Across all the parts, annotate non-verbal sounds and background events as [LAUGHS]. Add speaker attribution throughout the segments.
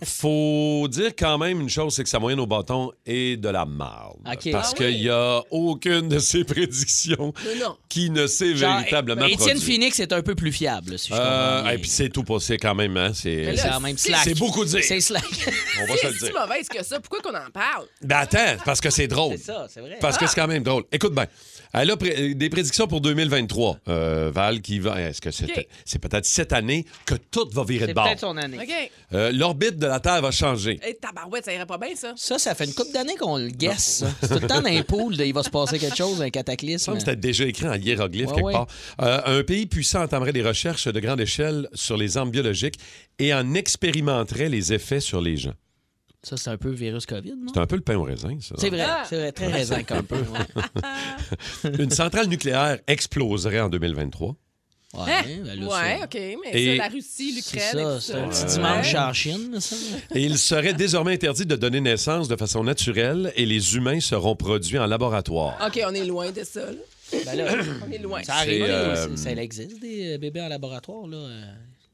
Speaker 1: Faut dire quand même une chose, c'est que sa moyenne au bâton est de la marde.
Speaker 2: OK.
Speaker 1: Parce
Speaker 2: Ah
Speaker 1: qu'il n'y a aucune de ses prédictions
Speaker 3: Non, non.
Speaker 1: qui ne s'est
Speaker 2: Genre, ben,
Speaker 1: véritablement
Speaker 2: Étienne
Speaker 1: produite.
Speaker 2: Phoenix est un peu plus fiable, si je
Speaker 1: Euh,
Speaker 2: comprends bien.
Speaker 1: et puis c'est tout passé quand même, hein? C'est,
Speaker 2: C'est quand même
Speaker 3: c'est-
Speaker 2: slack.
Speaker 1: c'est beaucoup dire.
Speaker 2: C'est [LAUGHS] slack.
Speaker 1: On va se
Speaker 3: C'est
Speaker 1: le
Speaker 3: si
Speaker 1: dire.
Speaker 3: mauvaise que ça, pourquoi qu'on en parle?
Speaker 1: Ben attends, parce que c'est drôle.
Speaker 2: c'est ça, c'est vrai. Ah!
Speaker 1: Parce que c'est quand même drôle. Écoute bien, elle a pré- euh, des prédictions pour 2023, euh, Val, qui va. Est-ce que c'est,
Speaker 3: OK.
Speaker 1: c'est peut-être cette année que tout va virer de
Speaker 2: c'est
Speaker 1: bord?
Speaker 2: peut-être son année.
Speaker 3: OK.
Speaker 1: Euh, l'orbite de la Terre va changer.
Speaker 3: Hey, tabarouette, ça irait pas bien, ça.
Speaker 2: Ça, ça fait une couple d'années qu'on le guesse. ça. C'est tout le temps dans un pool, il va se passer quelque chose, un
Speaker 1: Il me
Speaker 2: cataclysme.
Speaker 1: semble que c'était déjà écrit en hiéroglyphe
Speaker 2: Ouais,
Speaker 1: quelque
Speaker 2: ouais.
Speaker 1: part. Euh, un pays puissant entamerait des recherches de grande échelle sur les armes biologiques et en expérimenterait les effets sur les gens.
Speaker 2: Ça, c'est un peu virus COVID, non?
Speaker 1: C'est un peu le pain au raisin, ça.
Speaker 2: C'est vrai,
Speaker 3: Ah!
Speaker 2: c'est vrai, très raison comme peu. Ouais,
Speaker 1: [LAUGHS] Une centrale nucléaire exploserait en 2023.
Speaker 2: ouais, ben là,
Speaker 3: Hein? ouais,
Speaker 2: ça-
Speaker 3: OK, mais
Speaker 1: Et-
Speaker 3: ça, la Russie,
Speaker 2: C'est
Speaker 3: l'Ukraine et
Speaker 2: ça,
Speaker 3: tout
Speaker 2: c'est
Speaker 3: ça.
Speaker 2: un petit
Speaker 3: Ouais.
Speaker 2: dimanche en Chine, ça.
Speaker 1: Et il serait désormais interdit de donner naissance de façon naturelle et les humains seront produits en laboratoire.
Speaker 3: OK, on est loin de ça, là.
Speaker 2: Ben là,
Speaker 1: [COUGHS]
Speaker 3: On est loin.
Speaker 2: ça arrive.
Speaker 1: C'est, euh,
Speaker 2: Ça- Ça existe, des euh, bébés en laboratoire, là. euh,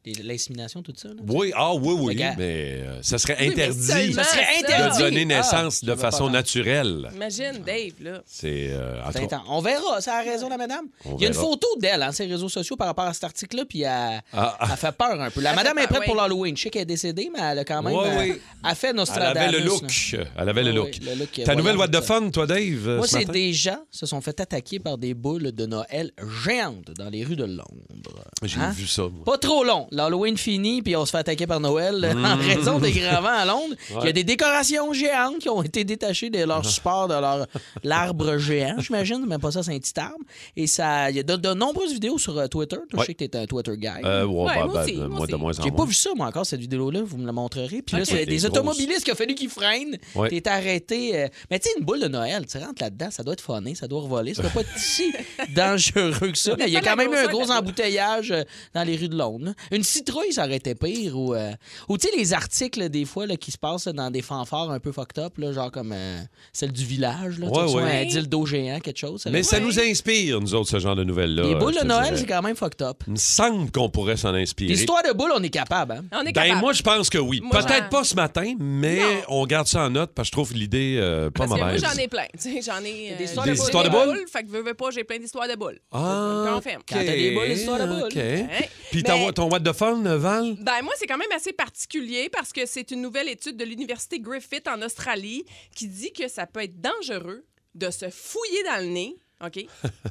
Speaker 2: des- L'insémination, tout ça. là.
Speaker 1: Oui, ah oui, oui,
Speaker 2: Regarde.
Speaker 1: mais euh, ça serait
Speaker 3: Oui, mais
Speaker 1: interdit
Speaker 3: seulement
Speaker 2: Ça serait
Speaker 1: de
Speaker 2: interdit.
Speaker 1: donner
Speaker 2: Ah,
Speaker 1: naissance
Speaker 2: je
Speaker 1: de
Speaker 2: savais pas
Speaker 1: façon
Speaker 2: tant.
Speaker 1: naturelle.
Speaker 3: Imagine, Dave, là.
Speaker 1: C'est euh, en tout
Speaker 2: Attends,
Speaker 1: cas-
Speaker 2: attends, On verra, ça a raison la madame.
Speaker 1: On
Speaker 2: Il y a une
Speaker 1: verra.
Speaker 2: photo d'elle, hein, ses réseaux sociaux par rapport à cet article-là, puis elle,
Speaker 1: Ah, ah.
Speaker 2: elle fait peur un peu. La
Speaker 3: Elle
Speaker 2: madame
Speaker 3: fait
Speaker 2: est prête
Speaker 3: peur,
Speaker 2: pour
Speaker 3: oui.
Speaker 2: l'Halloween. Je sais qu'elle est décédée, mais elle a quand même
Speaker 1: Ouais,
Speaker 2: euh,
Speaker 1: oui.
Speaker 2: elle fait
Speaker 1: Elle
Speaker 2: Nostradamus.
Speaker 1: avait le
Speaker 2: là.
Speaker 1: look. Elle avait le
Speaker 2: Ah
Speaker 1: look.
Speaker 2: oui, le look, euh,
Speaker 1: Ta nouvelle
Speaker 2: voyante.
Speaker 1: What the Fun, toi, Dave? euh,
Speaker 2: Moi,
Speaker 1: ce
Speaker 2: c'est
Speaker 1: matin?
Speaker 2: des gens se sont fait attaquer par des boules de Noël géantes dans les rues de Londres.
Speaker 1: J'ai
Speaker 2: Hein?
Speaker 1: vu ça. moi.
Speaker 2: Pas trop long. L'Halloween fini, puis on se fait attaquer par Noël [LAUGHS] en
Speaker 1: Mm.
Speaker 2: raison des grands vents à Londres. Il y a des décorations géantes qui ont été détachées de leur support,
Speaker 1: [LAUGHS]
Speaker 2: de leur l'arbre géant, j'imagine, mais pas ça, c'est un petit arbre. Et ça, il y a de, de nombreuses vidéos sur euh, Twitter. Toi,
Speaker 1: Ouais.
Speaker 2: Je sais que t'es un Twitter guy.
Speaker 1: Euh, ouais,
Speaker 3: Ouais,
Speaker 1: bah,
Speaker 3: moi
Speaker 1: bah,
Speaker 3: aussi,
Speaker 1: bah,
Speaker 3: moi
Speaker 1: moi, de
Speaker 3: aussi.
Speaker 1: moins en
Speaker 2: J'ai
Speaker 1: moins.
Speaker 2: pas vu ça, moi, encore, cette vidéo-là. Vous me la montrerez. Puis là,
Speaker 1: Ok.
Speaker 2: c'est
Speaker 1: Des
Speaker 2: des
Speaker 1: grosses.
Speaker 2: automobilistes qui ont fallu qu'ils freinent.
Speaker 1: Ouais.
Speaker 2: T'es arrêté. euh, Mais tu sais, une boule de Noël, tu rentres là-dedans, ça doit être funné, ça doit revoler. Ça doit pas
Speaker 1: [LAUGHS]
Speaker 2: être si dangereux que ça. Mais il y a
Speaker 3: pas
Speaker 2: quand
Speaker 3: la
Speaker 2: même eu un
Speaker 3: grosseur de
Speaker 2: gros
Speaker 3: la boule.
Speaker 2: embouteillage euh, dans les rues de Londres. là. Une citrouille, ça aurait été pire. Ou, euh, ou tu sais, les articles, des fois, là, qui se passent dans des fanfares un peu fucked up, là, genre comme euh, celle du village, là, tu
Speaker 1: Ouais,
Speaker 2: sais, soit
Speaker 1: ouais.
Speaker 2: un dildo géant, quelque chose. ça
Speaker 1: Mais
Speaker 2: aurait-
Speaker 1: ça nous inspire, nous autres, ce genre de nouvelles-là.
Speaker 2: les
Speaker 1: euh,
Speaker 2: boules
Speaker 1: je
Speaker 2: de
Speaker 1: te
Speaker 2: Noël,
Speaker 1: dirais.
Speaker 2: c'est quand même fucked up.
Speaker 1: Il me semble qu'on pourrait s'en inspirer.
Speaker 2: L'histoire de boules, on est capable. Hein?
Speaker 3: On est
Speaker 1: Ben,
Speaker 3: capable.
Speaker 1: moi, je pense que oui.
Speaker 3: Moi,
Speaker 1: Peut-être
Speaker 3: ouais.
Speaker 1: pas ce matin, mais
Speaker 3: Non.
Speaker 1: on garde ça en note parce que je trouve l'idée euh, pas
Speaker 3: Parce que moi,
Speaker 1: mauvaise.
Speaker 3: j'en ai plein. Tu sais, j'en ai. euh,
Speaker 2: Des histoires
Speaker 1: de boules. Des histoires de boules?
Speaker 3: Fait que veux, veux pas, j'ai plein d'histoires de boules.
Speaker 1: Ah,
Speaker 3: Je confirme.
Speaker 2: Quand t'as des boules, l'histoire de boules.
Speaker 1: OK.
Speaker 3: Hein?
Speaker 1: Puis ta-
Speaker 3: Mais-
Speaker 1: ton what the fun, Val?
Speaker 3: Ben moi, c'est quand même assez particulier parce que c'est une nouvelle étude de l'Université Griffith en Australie qui dit que ça peut être dangereux de se fouiller dans le nez.
Speaker 2: [LAUGHS]
Speaker 3: OK?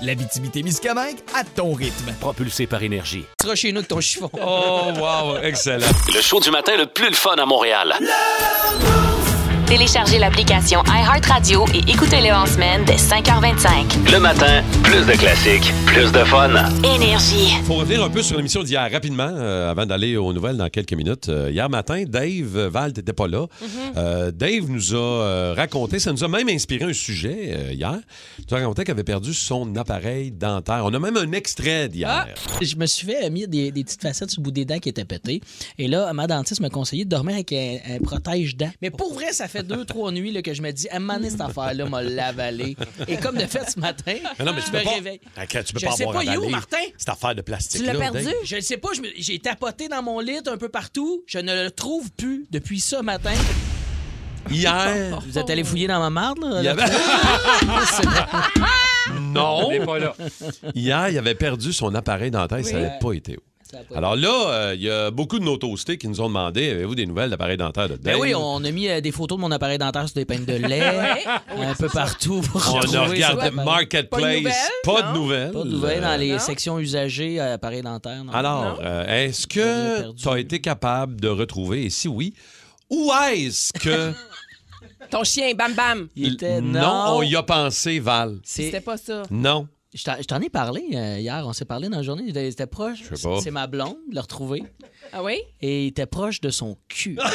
Speaker 4: L'Abitibi-Témiscamingue à ton rythme.
Speaker 5: Propulsé par énergie.
Speaker 2: Tu seras chez nous avec ton chiffon.
Speaker 1: Oh, wow, excellent.
Speaker 6: Le show du matin le plus le fun à Montréal.
Speaker 7: Téléchargez l'application iHeartRadio et écoutez-le en semaine dès 5h25.
Speaker 6: Le matin, plus de classiques, plus de fun.
Speaker 7: Énergie.
Speaker 1: Faut revenir un peu sur l'émission d'hier rapidement, euh, avant d'aller aux nouvelles dans quelques minutes. Euh, hier matin, Dave euh, Val n'était pas là.
Speaker 2: Mhm.
Speaker 1: Euh, Dave nous a euh, raconté, ça nous a même inspiré un sujet euh, hier. Il nous a raconté qu'il avait perdu son appareil dentaire. On a même un extrait d'hier.
Speaker 2: Je me suis fait euh, mis des, des petites facettes sur le bout des dents qui étaient pétées. Et là, ma dentiste me conseillait de dormir avec un, un protège-dents. Mais pour vrai, ça fait deux, trois nuits là, que je me dis, à un moment donné, cette affaire-là m'a l'avalé. Et comme de fait, ce matin,
Speaker 1: [LAUGHS] Mais non, mais tu
Speaker 2: je
Speaker 1: peux
Speaker 2: me
Speaker 1: pas.
Speaker 2: réveille.
Speaker 1: Attends, tu peux
Speaker 2: Je
Speaker 1: pas
Speaker 2: sais
Speaker 1: avoir
Speaker 2: pas, il est où,
Speaker 1: avalé
Speaker 2: Martin?
Speaker 1: Cette affaire de plastique.
Speaker 8: Tu l'as
Speaker 1: là,
Speaker 8: perdu?
Speaker 1: Dave.
Speaker 2: Je ne sais pas, je me- j'ai tapoté dans mon lit un peu partout. Je ne le trouve plus depuis ce matin. Oh,
Speaker 1: Hier.
Speaker 2: Vous êtes [LAUGHS] allé fouiller dans ma marde, là?
Speaker 1: Il y avait...
Speaker 2: [LAUGHS]
Speaker 1: non.
Speaker 5: On est pas là.
Speaker 1: Hier, il avait perdu son appareil dentaire. Ça n'avait pas été où.
Speaker 2: Ça a pas été.
Speaker 1: Alors là, euh, il y a beaucoup de nos toastés qui nous ont demandé avez-vous des nouvelles d'appareil dentaire de
Speaker 2: Ben
Speaker 1: Dave?
Speaker 2: oui, on a mis euh, des photos de mon appareil dentaire sur des peignes de lait, un peu partout. Pour
Speaker 1: On a
Speaker 2: retrouver
Speaker 1: regardé
Speaker 2: ça. ben
Speaker 1: Marketplace. Pas de nouvelles.
Speaker 2: Pas de nouvelles dans les
Speaker 3: Non.
Speaker 2: sections usagées à appareil dentaire. non.
Speaker 1: Alors, euh, est-ce
Speaker 2: Je l'ai
Speaker 1: que
Speaker 2: perdu.
Speaker 1: tu as été capable de retrouver, et si oui, où est-ce que.
Speaker 3: Ton chien, bam bam.
Speaker 2: [LAUGHS] il était
Speaker 1: non, on y a pensé, Val.
Speaker 2: C'est-
Speaker 3: C'était
Speaker 1: [LAUGHS]
Speaker 3: pas ça.
Speaker 1: Non.
Speaker 2: Je t'en- je t'en ai parlé euh, hier, on s'est parlé dans la journée, il était- il était proche.
Speaker 1: Je sais pas.
Speaker 2: C'est ma blonde, le retrouver.
Speaker 3: Ah oui?
Speaker 2: Et il était proche de son cul.
Speaker 1: Ah.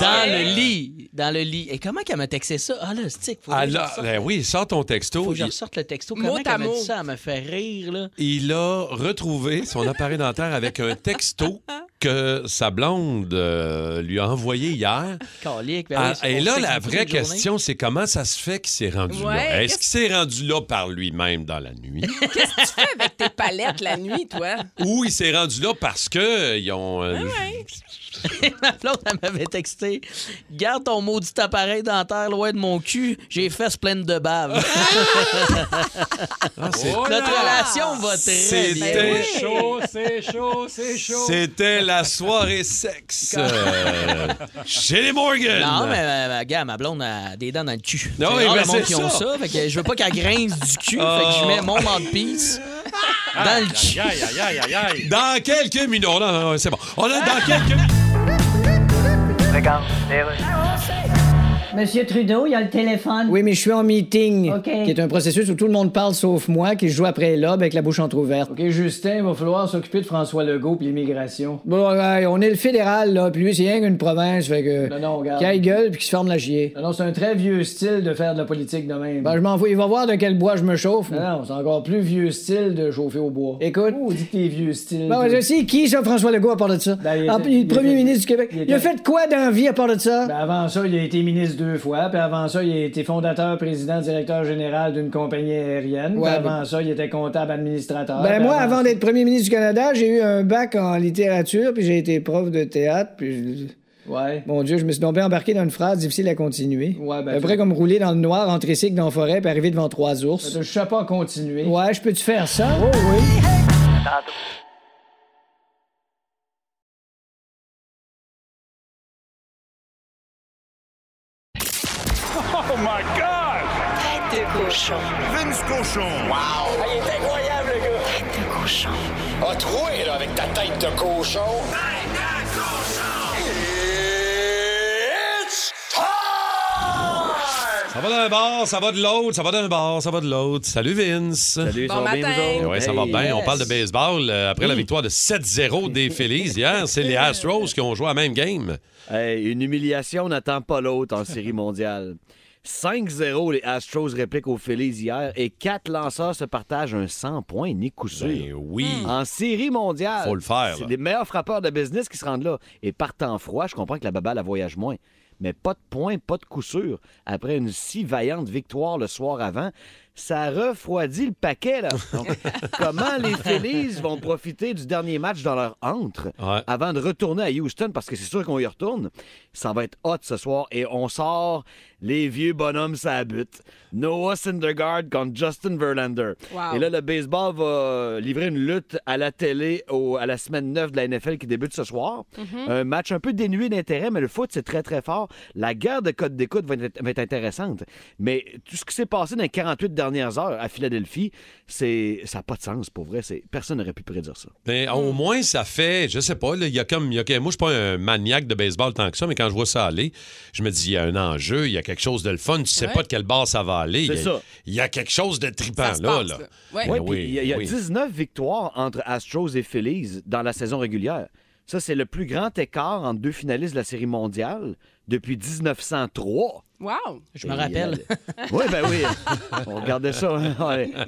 Speaker 2: Dans le lit. Dans le lit. Et comment qu'elle m'a texté ça? Ah là, stick, faut que je
Speaker 1: Alors,
Speaker 2: ressorte-
Speaker 1: ben oui, sors ton
Speaker 2: faut
Speaker 1: texto.
Speaker 2: que je
Speaker 1: Il,
Speaker 2: ressorte le texto.
Speaker 3: Mot
Speaker 2: Comment
Speaker 3: à
Speaker 2: qu'elle m'a
Speaker 3: mot.
Speaker 2: dit ça? Elle me fait rire, là.
Speaker 1: il a retrouvé son appareil dentaire avec un texto que sa blonde euh, lui a envoyé hier.
Speaker 2: Calique. ben
Speaker 1: Ah,
Speaker 2: oui, c'est-
Speaker 1: et
Speaker 2: on
Speaker 1: là,
Speaker 2: se texte
Speaker 1: la
Speaker 2: toute
Speaker 1: vraie
Speaker 2: la journée.
Speaker 1: question, c'est comment ça se fait qu'il s'est rendu là?
Speaker 3: Ouais,
Speaker 1: Est-ce
Speaker 3: qu'est-ce-
Speaker 1: qu'il s'est rendu là par lui-même dans la nuit?
Speaker 3: Avec tes palettes la nuit, toi.
Speaker 1: ou il s'est rendu là parce que euh, ils ont.
Speaker 2: Ben
Speaker 1: euh,
Speaker 2: [LAUGHS] Ma blonde, elle m'avait texté Garde ton maudit appareil dentaire loin de mon cul, j'ai les fesses pleines de bave. [LAUGHS]
Speaker 1: ah, c'est-
Speaker 2: Notre [LAUGHS] relation va très bien.
Speaker 1: C'était-
Speaker 3: Ben oui.
Speaker 5: chaud, c'est chaud, c'est chaud.
Speaker 1: C'était la soirée sexe euh, chez les Morgan.
Speaker 2: Non, mais euh, gars, ma blonde a des dents dans le cul.
Speaker 1: Non, mais
Speaker 2: c'est rare
Speaker 1: ben,
Speaker 2: le monde
Speaker 1: c'est
Speaker 2: qui ont
Speaker 1: ça.
Speaker 2: ça. Fait que je veux pas qu'elle grince du cul.
Speaker 1: Oh. Ah.
Speaker 2: Fait que je mets mon mouthpiece dans le cul.
Speaker 5: Aïe, aïe, aïe, aïe, aïe.
Speaker 1: Dans quelques minutes. Non, non, non, c'est bon. On a dans quelques minutes.
Speaker 9: Monsieur Trudeau, il y a le téléphone.
Speaker 10: Oui, mais je suis en meeting,
Speaker 9: Mm. OK.
Speaker 10: qui est un processus où tout le monde parle sauf moi, qui joue après l'aube avec la bouche entrouverte.
Speaker 9: OK, Justin, il va falloir s'occuper de François Legault puis l'immigration.
Speaker 10: Bon, ouais, on est le fédéral, là, puis lui, c'est rien qu'une province, fait que...
Speaker 9: Non, non, regarde.
Speaker 10: Qu'il aille gueule, puis qu'il se forme la chier.
Speaker 9: Non, non, c'est un très vieux style de faire de la politique de même.
Speaker 10: Ben, je m'en fous, il va voir de quel bois je me chauffe.
Speaker 9: Non, non, c'est encore plus vieux style de chauffer au bois.
Speaker 10: Écoute.
Speaker 9: Oh, dis tes vieux styles.
Speaker 10: Bon,
Speaker 9: de-
Speaker 10: Ben, je sais qui, ça, François Legault, à part de ça.
Speaker 9: Ben, il
Speaker 10: Ah,
Speaker 9: était-
Speaker 10: puis,
Speaker 9: il
Speaker 10: premier
Speaker 9: était-
Speaker 10: ministre du Québec.
Speaker 9: il
Speaker 10: Il,
Speaker 9: était-
Speaker 10: a fait quoi dans la vie, à part de ça?
Speaker 9: Ben, avant ça, il a été ministre deux fois, puis avant ça, il a été fondateur, président, directeur général d'une compagnie aérienne. Puis
Speaker 10: Ouais,
Speaker 9: avant ça, il était comptable administrateur.
Speaker 10: Ben
Speaker 9: puis
Speaker 10: moi,
Speaker 9: ça-
Speaker 10: avant d'être premier ministre du Canada, j'ai eu un bac en littérature, puis j'ai été prof de théâtre, puis... je-
Speaker 9: Ouais.
Speaker 10: Mon Dieu, je me suis tombé embarqué dans une phrase difficile à continuer.
Speaker 9: Ouais, ben,
Speaker 10: Après,
Speaker 9: tu-
Speaker 10: comme rouler dans le noir, entrer cycle dans la forêt, puis arriver devant trois ours.
Speaker 9: Ben, Je sais pas continuer.
Speaker 10: Ouais, je peux-tu faire ça? Oh oui.
Speaker 6: A troué, là, avec ta tête de cochon. Tête de cochon! It's time!
Speaker 1: Ça va d'un bord, ça va de l'autre, ça va d'un bord, ça va de l'autre. Salut Vince.
Speaker 5: Salut,
Speaker 3: Bon
Speaker 5: ça va
Speaker 3: matin.
Speaker 5: bien, vous
Speaker 1: Eh
Speaker 5: autres?
Speaker 1: Ouais, ça va
Speaker 5: Hey.
Speaker 1: bien. On
Speaker 2: yes.
Speaker 1: parle de baseball. euh, après la victoire de 7-0 des Phillies hier, c'est les Astros qui ont joué à la même game.
Speaker 5: Hey, une humiliation n'attend pas l'autre en série mondiale. 5-0, les Astros répliquent aux Phillies hier et quatre lanceurs se partagent un 100 points, ni coup sûr.
Speaker 1: Ben oui.
Speaker 5: En série mondiale.
Speaker 1: Faut le faire,
Speaker 5: C'est
Speaker 1: là.
Speaker 5: les meilleurs frappeurs de business qui se rendent là. Et par temps froid, je comprends que la baballe, elle voyage moins. Mais pas de points, pas de coup sûr. Après une si vaillante victoire le soir avant, ça refroidit le paquet. Là. Donc, comment les Phillies vont profiter du dernier match dans leur entre
Speaker 1: Ouais.
Speaker 5: avant de retourner à Houston, parce que c'est sûr qu'on y retourne. Ça va être hot ce soir et on sort les vieux bonhommes, ça bute. Noah Syndergaard contre Justin Verlander.
Speaker 3: Wow.
Speaker 5: Et là, le baseball va euh, livrer une lutte à la télé au- à la semaine 9 de la NFL qui débute ce soir.
Speaker 3: Mhm.
Speaker 5: Un match un peu dénué d'intérêt, mais le foot, c'est très, très fort. La guerre de code d'écoute va être, va être intéressante. Mais tout ce qui s'est passé dans les 48 dernières heures à Philadelphie, c'est ça n'a pas de sens, pour vrai. C'est- Personne n'aurait pu prédire ça.
Speaker 1: Mais Ben,
Speaker 5: Mm.
Speaker 1: au moins, ça fait, je sais pas, là, il y a comme, il y a- moi, je suis pas un maniaque de baseball tant que ça, mais quand je vois ça aller, je me dis, il y a un enjeu, il y a quelque chose de le fun, tu sais
Speaker 3: Ouais.
Speaker 1: pas de quelle barre ça va aller. Il y a-
Speaker 5: C'est ça.
Speaker 1: Il y a quelque chose de trippant,
Speaker 3: Ça se
Speaker 1: là.
Speaker 3: passe,
Speaker 1: là.
Speaker 3: là. Ouais.
Speaker 5: Ouais,
Speaker 1: Ben
Speaker 5: puis il y a, il y a
Speaker 1: oui.
Speaker 5: 19 victoires entre Astros et Phillies dans la saison régulière. Ça, c'est le plus grand écart entre deux finalistes de la Série mondiale depuis 1903.
Speaker 3: Wow!
Speaker 2: Je me rappelle.
Speaker 5: Oui, ben oui. On regardait ça. hein.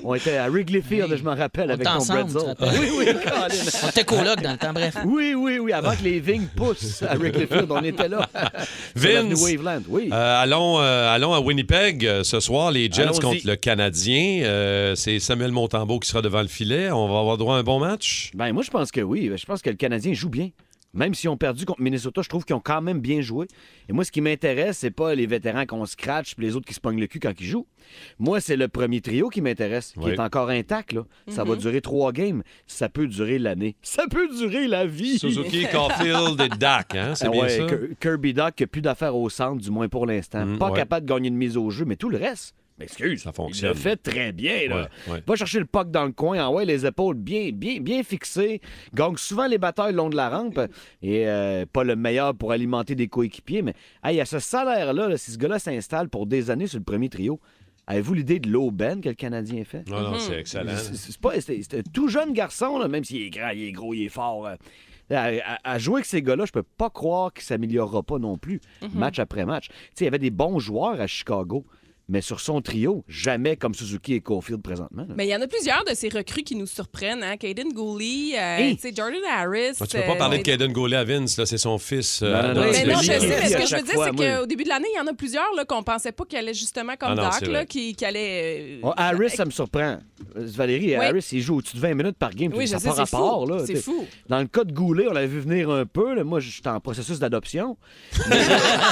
Speaker 5: On était à Wrigley Field, je m'en rappelle,
Speaker 2: On
Speaker 5: avec
Speaker 2: était
Speaker 5: ton
Speaker 2: ensemble, tu te
Speaker 5: Bretzel.
Speaker 2: rappelles?
Speaker 5: Oui, oui, Colin.
Speaker 2: On était coloc dans le temps, bref.
Speaker 5: Oui, oui, oui, avant que les vignes poussent à Wrigley Field, on était là. Sur l'avenue
Speaker 1: Vince.
Speaker 5: Waveland, oui.
Speaker 1: Euh, allons, euh, allons à Winnipeg euh, ce soir, les Jets
Speaker 5: Allons-y.
Speaker 1: contre le Canadien. Euh, c'est Samuel Montembeau qui sera devant le filet. On va avoir droit à un bon match.
Speaker 5: Ben, moi, je pense que oui. Je pense que le Canadien joue bien. Même s'ils ont perdu contre Minnesota, je trouve qu'ils ont quand même bien joué. Et moi, ce qui m'intéresse, c'est pas les vétérans qu'on scratch puis les autres qui se pognent le cul quand ils jouent. Moi, c'est le premier trio qui m'intéresse, qui
Speaker 1: Oui.
Speaker 5: est encore intact. Là. Ça va durer trois games. Ça peut durer l'année. [LAUGHS] Ça peut durer la vie.
Speaker 3: [LAUGHS]
Speaker 1: Suzuki,
Speaker 5: [LAUGHS]
Speaker 1: Caulfield et Dak, hein? c'est
Speaker 5: Ah
Speaker 1: bien
Speaker 5: ouais,
Speaker 1: ça?
Speaker 5: Ker- Kirby Doc qui a plus d'affaires au centre, du moins pour l'instant.
Speaker 1: Mm,
Speaker 5: pas
Speaker 1: ouais.
Speaker 5: capable de gagner une mise au jeu, mais tout le reste, excuse,
Speaker 1: Ça fonctionne.
Speaker 5: il le fait très bien. Là.
Speaker 1: Ouais, ouais.
Speaker 5: Va chercher le puck dans le coin, en ouais, les épaules bien, bien, bien fixées. Gagne souvent les batailles le long de la rampe. Et euh, pas le meilleur pour alimenter des coéquipiers, mais hey, à ce salaire-là, là, si ce gars-là s'installe pour des années sur le premier trio, avez-vous l'idée de l'aubaine que le Canadien fait?
Speaker 1: Non, non, c'est excellent.
Speaker 5: C'est- C'est c'est pas c'est- c'est un tout jeune garçon, là, même s'il est grand, il est gros, il est fort. euh, À, à- à jouer avec ces gars-là, je peux pas croire qu'il s'améliorera pas non plus,
Speaker 3: Mhm.
Speaker 5: match après match. Tu sais, il y avait des bons joueurs à Chicago, mais sur son trio, jamais comme Suzuki et Caulfield présentement. là.
Speaker 3: [LAUGHS] Mais il y en a plusieurs de ces recrues qui nous surprennent. Hein? Caden Gooley, euh,
Speaker 5: Hey!
Speaker 3: tu sais, Jordan Harris.
Speaker 1: Ah, tu peux pas
Speaker 3: euh,
Speaker 1: parler de
Speaker 3: c'est-
Speaker 1: Caden Goulet à Vince, là, c'est son fils. euh,
Speaker 5: Non, non,
Speaker 1: adoptif.
Speaker 5: non,
Speaker 3: Mais non, je sais,
Speaker 5: Celui
Speaker 3: mais
Speaker 5: qui à
Speaker 3: ce que je veux
Speaker 5: chaque
Speaker 3: dire,
Speaker 5: fois,
Speaker 3: c'est
Speaker 5: moi-
Speaker 3: qu'au début de l'année, il y en a plusieurs là, qu'on pensait pas qu'ils allaient justement
Speaker 1: Ah
Speaker 3: comme
Speaker 1: non,
Speaker 3: Doc,
Speaker 1: c'est
Speaker 3: là,
Speaker 1: vrai.
Speaker 3: qui, qui allaient. euh,
Speaker 5: Ah, Harris, ça me surprend. Euh, Valérie, Harris, il joue au-dessus de 20 minutes par game.
Speaker 3: Oui,
Speaker 5: ça
Speaker 3: je
Speaker 5: n'a
Speaker 3: sais,
Speaker 5: pas
Speaker 3: c'est fou.
Speaker 5: rapport. là,
Speaker 3: C'est
Speaker 5: tu sais.
Speaker 3: fou.
Speaker 5: Dans le cas de Goulet, on l'avait vu venir un peu. là. Moi, je suis en processus d'adoption.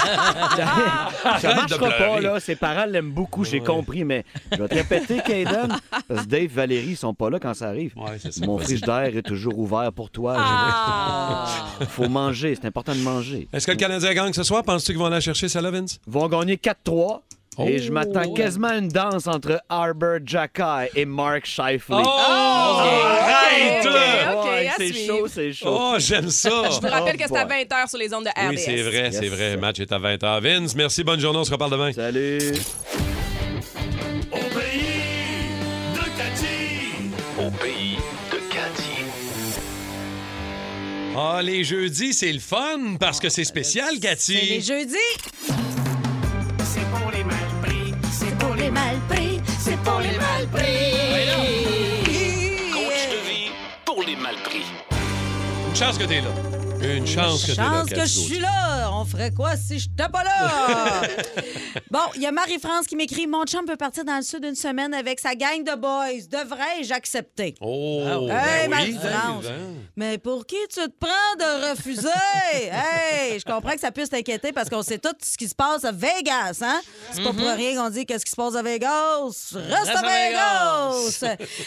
Speaker 5: Mais... ça
Speaker 1: de
Speaker 5: marchera pas.
Speaker 1: pleurer.
Speaker 5: Là. Ses parents l'aiment beaucoup, j'ai compris. Mais je vais
Speaker 1: [LAUGHS]
Speaker 5: te répéter, Kaden, parce que Dave, Valérie, ils sont pas là quand ça arrive.
Speaker 1: Ouais, c'est ça.
Speaker 5: Mon frigidaire est toujours ouvert pour toi.
Speaker 3: Ah!
Speaker 5: Il [LAUGHS] faut manger. C'est important de manger.
Speaker 1: Est-ce que le Canadien gagne ce soir? Penses-tu qu'ils vont aller chercher ça là, Vince?
Speaker 5: Ils vont gagner 4-3.
Speaker 1: Oh!
Speaker 5: Et je m'attends quasiment à une danse entre Arbor Jackay et Mark Shifley.
Speaker 1: Oh! Arrête!
Speaker 3: Ok, ok,
Speaker 5: Ouais,
Speaker 3: à
Speaker 5: c'est
Speaker 3: suivre.
Speaker 5: chaud, c'est chaud.
Speaker 1: Oh, j'aime ça!
Speaker 3: [LAUGHS] Je vous rappelle que c'est à
Speaker 5: boy.
Speaker 3: 20h sur les ondes de RDS.
Speaker 1: Oui, c'est vrai, c'est
Speaker 5: Oh, Yes.
Speaker 1: vrai. Le match est à 20h. Vince, merci, bonne journée, on se reparle demain.
Speaker 5: Salut.
Speaker 6: Au pays de Cathy.
Speaker 1: Ah, les jeudis, c'est le fun parce que c'est
Speaker 8: Ah, ben,
Speaker 1: spécial, Cathy.
Speaker 3: jeudis.
Speaker 6: Coach de vie pour les mal pris.
Speaker 1: Une chance que t'es là. Une chance que t'es là.
Speaker 8: Chance que
Speaker 1: Cathy
Speaker 8: je suis
Speaker 1: Gauthier.
Speaker 8: là. On ferait quoi si je n'étais pas
Speaker 1: [LAUGHS]
Speaker 8: là? bon, il y a Marie-France qui m'écrit Mon chum peut partir dans le sud une semaine avec sa gang de boys. Devrais-je accepter?
Speaker 6: Ah
Speaker 8: Hey,
Speaker 1: Oh, ben oui,
Speaker 8: Marie-France.
Speaker 1: ben,
Speaker 8: Mais pour qui tu te prends de
Speaker 1: [LAUGHS]
Speaker 8: refuser? hey, je comprends que ça puisse t'inquiéter parce qu'on sait tout ce qui se passe à Vegas, hein? C'est pas
Speaker 1: Mhm.
Speaker 8: pour rien qu'on dit qu'est-ce qui se passe à Vegas. Reste à Vegas!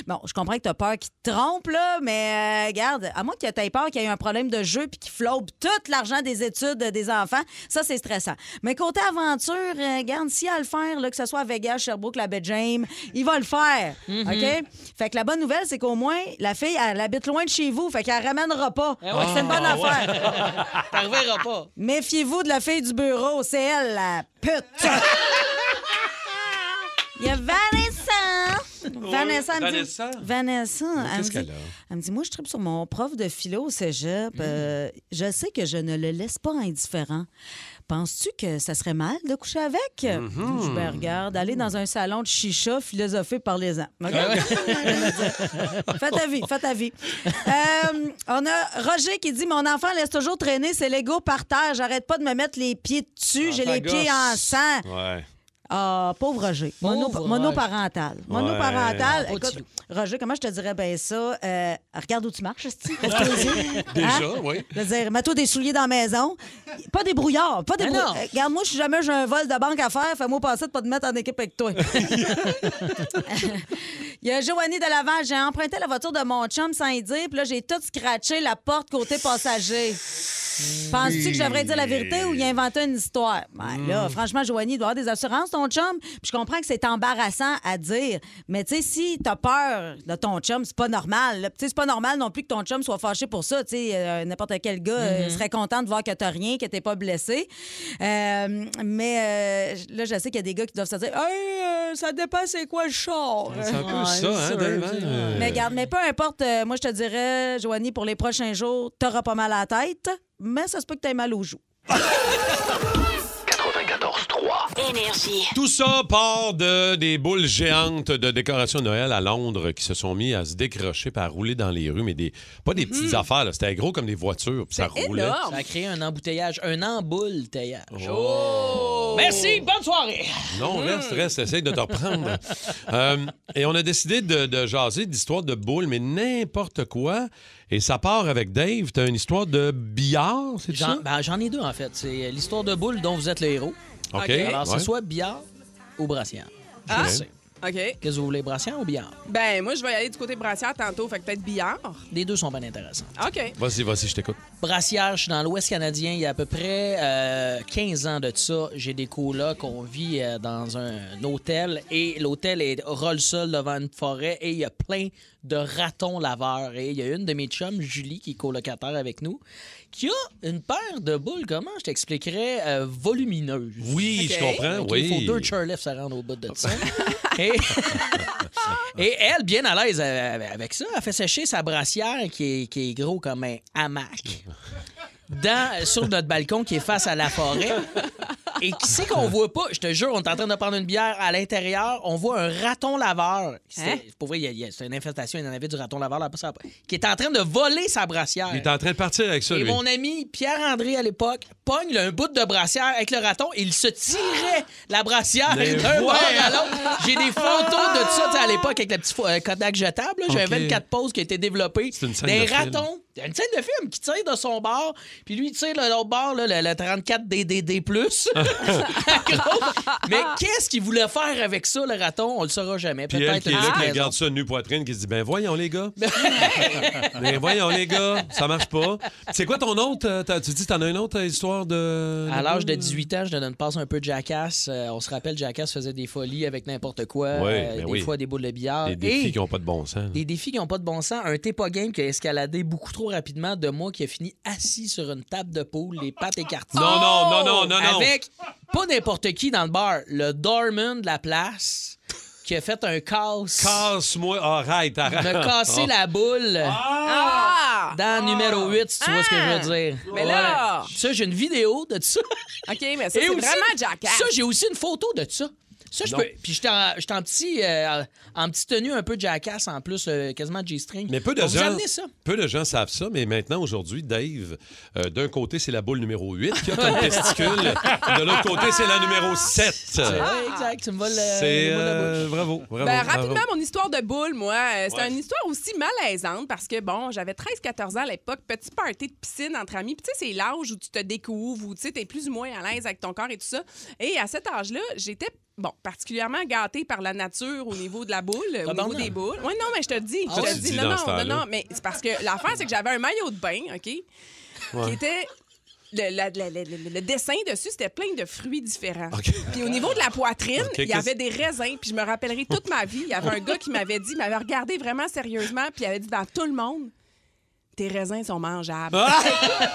Speaker 8: bon, je comprends que t'as peur qu'il te trompe, là, mais euh, regarde, à moins que t'aies peur qu'il y ait un problème de jeu puis qu'il flobe tout l'argent des études des enfants, ça, c'est stressant. Mais côté aventure, euh, regarde, s'il y a à le faire, là, que ce soit à Vegas, Sherbrooke, la baie James, il va le faire. OK? Fait que la bonne nouvelle, c'est qu'au moins, la fille, elle habite loin de chez vous. Fait qu'elle ramènera pas.
Speaker 2: Eh
Speaker 8: Fait que Eh c'est une bonne
Speaker 2: Ah
Speaker 1: Ah,
Speaker 8: affaire.
Speaker 2: [LAUGHS] T'arriveras pas.
Speaker 8: Méfiez-vous de la fille du bureau, c'est elle, la pute! Il y a Vanessa! Vanessa, elle me dit-
Speaker 1: Vanessa?
Speaker 8: Vanessa, elle me
Speaker 1: Qu'est-ce
Speaker 8: dit-
Speaker 1: qu'elle a? Mm.
Speaker 8: elle me dit, moi, je tripe sur mon prof de philo au cégep. Euh, je sais que je ne le laisse pas indifférent. Penses-tu que ça serait mal de coucher avec?
Speaker 1: Mm-hmm.
Speaker 8: Je me regarde, aller dans un salon de chicha, philosopher par les ans.
Speaker 1: Ah [LAUGHS]
Speaker 8: fais ta vie, fais ta vie. Euh, on a Roger qui dit Mon enfant laisse toujours traîner ses Legos par terre. J'arrête pas de me mettre les pieds dessus.
Speaker 1: Ah,
Speaker 8: J'ai
Speaker 1: ta
Speaker 8: les pieds
Speaker 1: gosse.
Speaker 8: en sang.
Speaker 1: Ouais.
Speaker 8: Ah, pauvre Roger. Mono-
Speaker 2: Pauvre
Speaker 8: monoparental. Monoparental.
Speaker 2: Ouais.
Speaker 8: Écoute, Roger, comment je te dirais bien ça? Euh, regarde où tu marches,
Speaker 1: [LAUGHS]
Speaker 8: esti.
Speaker 1: Déjà,
Speaker 8: Hein?
Speaker 1: oui.
Speaker 8: Je veux dire, mets-toi des souliers dans la maison. Pas des brouillards. Pas des
Speaker 2: Mais
Speaker 8: brou-
Speaker 2: non.
Speaker 8: Euh, Regarde, moi, si jamais j'ai un vol de banque à faire, fais-moi passer de pas te mettre en équipe avec toi. [LAUGHS] Il y a Joanie de Laval. J'ai emprunté la voiture de mon chum sans y dire, puis là, j'ai tout scratché la porte côté passager. Penses-tu que je devrais dire la vérité ou y inventer une histoire? Ben
Speaker 1: Hmm.
Speaker 8: là, franchement, Joanie, il doit avoir des assurances, ton chum. Puis je comprends que c'est embarrassant à dire, mais tu sais, si t'as peur de ton chum, c'est pas normal. là. Tu sais, c'est pas normal non plus que ton chum soit fâché pour ça. Tu sais, euh, n'importe quel gars
Speaker 1: Mm-hmm.
Speaker 8: euh, serait content de voir que t'as rien, que t'es pas blessé. Euh, mais euh, là, je sais qu'il y a des gars qui doivent se dire, hey, euh, ça dépend c'est quoi le char.
Speaker 1: C'est un peu ça, hein, Dave? hein? Euh,
Speaker 8: Mais garde, mais peu importe, euh, moi je te dirais, Joanie, pour les prochains jours, t'auras pas mal à la tête, mais ça se peut que t'aies mal aux joues.
Speaker 7: Énergie.
Speaker 1: Tout ça part de des boules géantes de décoration de Noël à Londres qui se sont mis à se décrocher par rouler dans les rues, mais des pas des
Speaker 8: Hmm.
Speaker 1: petites affaires. là. C'était gros comme des voitures, puis ça roulait.
Speaker 2: Ça a créé un embouteillage, un embouteillage.
Speaker 1: Oh!
Speaker 2: Merci, bonne soirée.
Speaker 1: Non, reste, reste, essaye de te reprendre. Euh, et on a décidé de, de jaser d'histoire de boules, mais n'importe quoi. Et ça part avec Dave. T'as une histoire de billard, c'est ça?
Speaker 2: J'en ben, j'en ai deux, en fait. C'est euh, l'histoire de boule dont vous êtes le héros.
Speaker 1: OK.
Speaker 2: Alors,
Speaker 1: ouais.
Speaker 2: c'est soit billard ou brassière.
Speaker 3: Ah.
Speaker 2: Je sais.
Speaker 3: OK.
Speaker 2: Qu'est-ce que vous voulez, brassière ou billard?
Speaker 3: Ben, moi, je vais aller du côté brassière tantôt, fait que peut-être billard.
Speaker 2: Les deux sont bien intéressants.
Speaker 3: OK.
Speaker 1: Vas-y, vas-y, je t'écoute.
Speaker 2: Brassière, je suis dans l'Ouest canadien. Il y a à peu près euh, 15 ans de ça. J'ai des colocs. On vit euh, dans un hôtel et l'hôtel est roll seul devant une forêt et il y a plein de ratons laveurs. Et il y a une de mes chums, Julie, qui est colocataire avec nous, qui a une paire de boules, comment je t'expliquerais, euh, volumineuses.
Speaker 1: Oui, je
Speaker 3: Ok.
Speaker 1: comprends.
Speaker 2: Ok,
Speaker 1: oui.
Speaker 2: Il faut deux chairlifts à rendre au bout de
Speaker 1: [LAUGHS]
Speaker 2: ça. et, et elle, bien à l'aise euh, avec ça, elle fait sécher sa brassière qui est, qui est gros comme un hamac dans, sur notre balcon qui est face à la forêt. Et qui c'est qu'on voit pas? Je te jure, on est en train de prendre une bière à l'intérieur. On voit un raton laveur. C'est-
Speaker 3: Hein?
Speaker 2: Pour vrai, il y a- il y a- c'est une infestation. Il y en avait du raton laveur là-bas. ça- Qui est en train de voler sa brassière.
Speaker 1: Il est en train de partir avec ça,
Speaker 2: Et
Speaker 1: lui.
Speaker 2: mon ami Pierre-André, à l'époque, pogne le- un bout de brassière avec le raton et il se tirait la brassière
Speaker 1: Mais
Speaker 2: d'un
Speaker 1: voyons.
Speaker 2: bord à l'autre. J'ai des photos de ça, tu sais, à l'époque, avec la petite fo- euh, Kodak jetable. là. J'ai un
Speaker 1: Ok.
Speaker 2: 24 poses qui a été développée.
Speaker 1: C'est une scène
Speaker 2: Des
Speaker 1: de film.
Speaker 2: ratons. Une scène de film qui tire de son bord. Puis lui, il tire de l'autre bord, là, le, le 34 DDD+.
Speaker 1: [LAUGHS]
Speaker 2: [LAUGHS] Mais qu'est-ce qu'il voulait faire avec ça, le raton? On le saura jamais.
Speaker 1: Puis elle
Speaker 2: Peut-être
Speaker 1: qui est
Speaker 2: une
Speaker 1: là, qui
Speaker 2: raison.
Speaker 1: regarde ça nu poitrine, qui se dit Ben voyons les
Speaker 2: [LAUGHS]
Speaker 1: gars. ben voyons les gars, ça marche pas. C'est quoi ton autre euh, t'as- Tu dis t'en as une autre euh, histoire de.
Speaker 2: À l'âge de 18 ans, je donne une passe un peu de Jackass. Euh, on se rappelle, Jackass faisait des folies avec n'importe quoi. euh,
Speaker 1: Ouais, ben
Speaker 2: des
Speaker 1: oui.
Speaker 2: fois, des boules de billard.
Speaker 1: Des
Speaker 2: Et
Speaker 1: défis qui n'ont pas de bon sens.
Speaker 2: des défis qui n'ont pas de bon sens. Un Tepa Game qui a escaladé beaucoup trop rapidement de moi qui a fini assis sur une table de poule, les pattes écartées.
Speaker 1: Non, non, non, non, non, non.
Speaker 2: Avec pas n'importe qui dans le bar, le doorman de la place qui a fait un casse.
Speaker 1: Casse-moi. Arrête, arrête. Ah.
Speaker 2: Me casser la boule
Speaker 3: Ah!
Speaker 2: dans numéro 8, si tu vois ce que je veux dire.
Speaker 3: Mais là!
Speaker 2: Ouais. Ça, j'ai une vidéo de ça.
Speaker 3: OK, mais ça,
Speaker 2: Et
Speaker 3: c'est
Speaker 2: aussi-
Speaker 3: vraiment jackass.
Speaker 2: Ça, j'ai aussi une photo de ça. Ça, je
Speaker 1: Non.
Speaker 2: peux. Puis j'étais en, j'étais en petit, euh, en petite tenue un peu jackass en plus, euh, quasiment G-string.
Speaker 1: Mais peu de,
Speaker 2: On vous a
Speaker 1: gens,
Speaker 2: amené ça.
Speaker 1: peu de gens savent ça, mais maintenant, aujourd'hui, Dave, euh, d'un côté, c'est la boule numéro 8 qui a comme testicule. De l'autre côté, c'est la numéro 7.
Speaker 2: Ouais, exact, tu me voles euh,
Speaker 1: C'est.
Speaker 2: les mots de la
Speaker 1: euh,
Speaker 2: bouche.
Speaker 1: bravo, bravo.
Speaker 3: Ben,
Speaker 1: bravo.
Speaker 3: rapidement, mon histoire de boule, moi, euh, c'est
Speaker 1: Ouais.
Speaker 3: une histoire aussi malaisante parce que, bon, j'avais 13-14 ans à l'époque, petit party de piscine entre amis. Puis, tu sais, c'est l'âge où tu te découvres, où tu sais, t'es plus ou moins à l'aise avec ton corps et tout ça. Et à cet âge-là, j'étais, bon, particulièrement gâtée par la nature au niveau de la boule, au
Speaker 2: Tabarnak.
Speaker 3: niveau des boules. Oui, non, mais je te le dis,
Speaker 2: Ah
Speaker 3: je
Speaker 2: ouais?
Speaker 3: te
Speaker 2: Tu
Speaker 3: le
Speaker 1: dis
Speaker 3: dis, non,
Speaker 1: dans ce
Speaker 3: non, non,
Speaker 1: temps-là.
Speaker 3: non, mais c'est parce que l'affaire, c'est que j'avais un maillot de bain, OK, qui était. Le, la- la- la- la- le dessin dessus, c'était plein de fruits différents.
Speaker 1: OK.
Speaker 3: Puis au niveau de la poitrine,
Speaker 1: OK,
Speaker 3: il y
Speaker 1: qu'est-ce-
Speaker 3: avait des raisins, puis je me rappellerai toute ma vie, il y avait un gars qui m'avait dit, il m'avait regardé vraiment sérieusement, puis il avait dit dans tout le monde, tes raisins sont mangeables.
Speaker 1: Ah!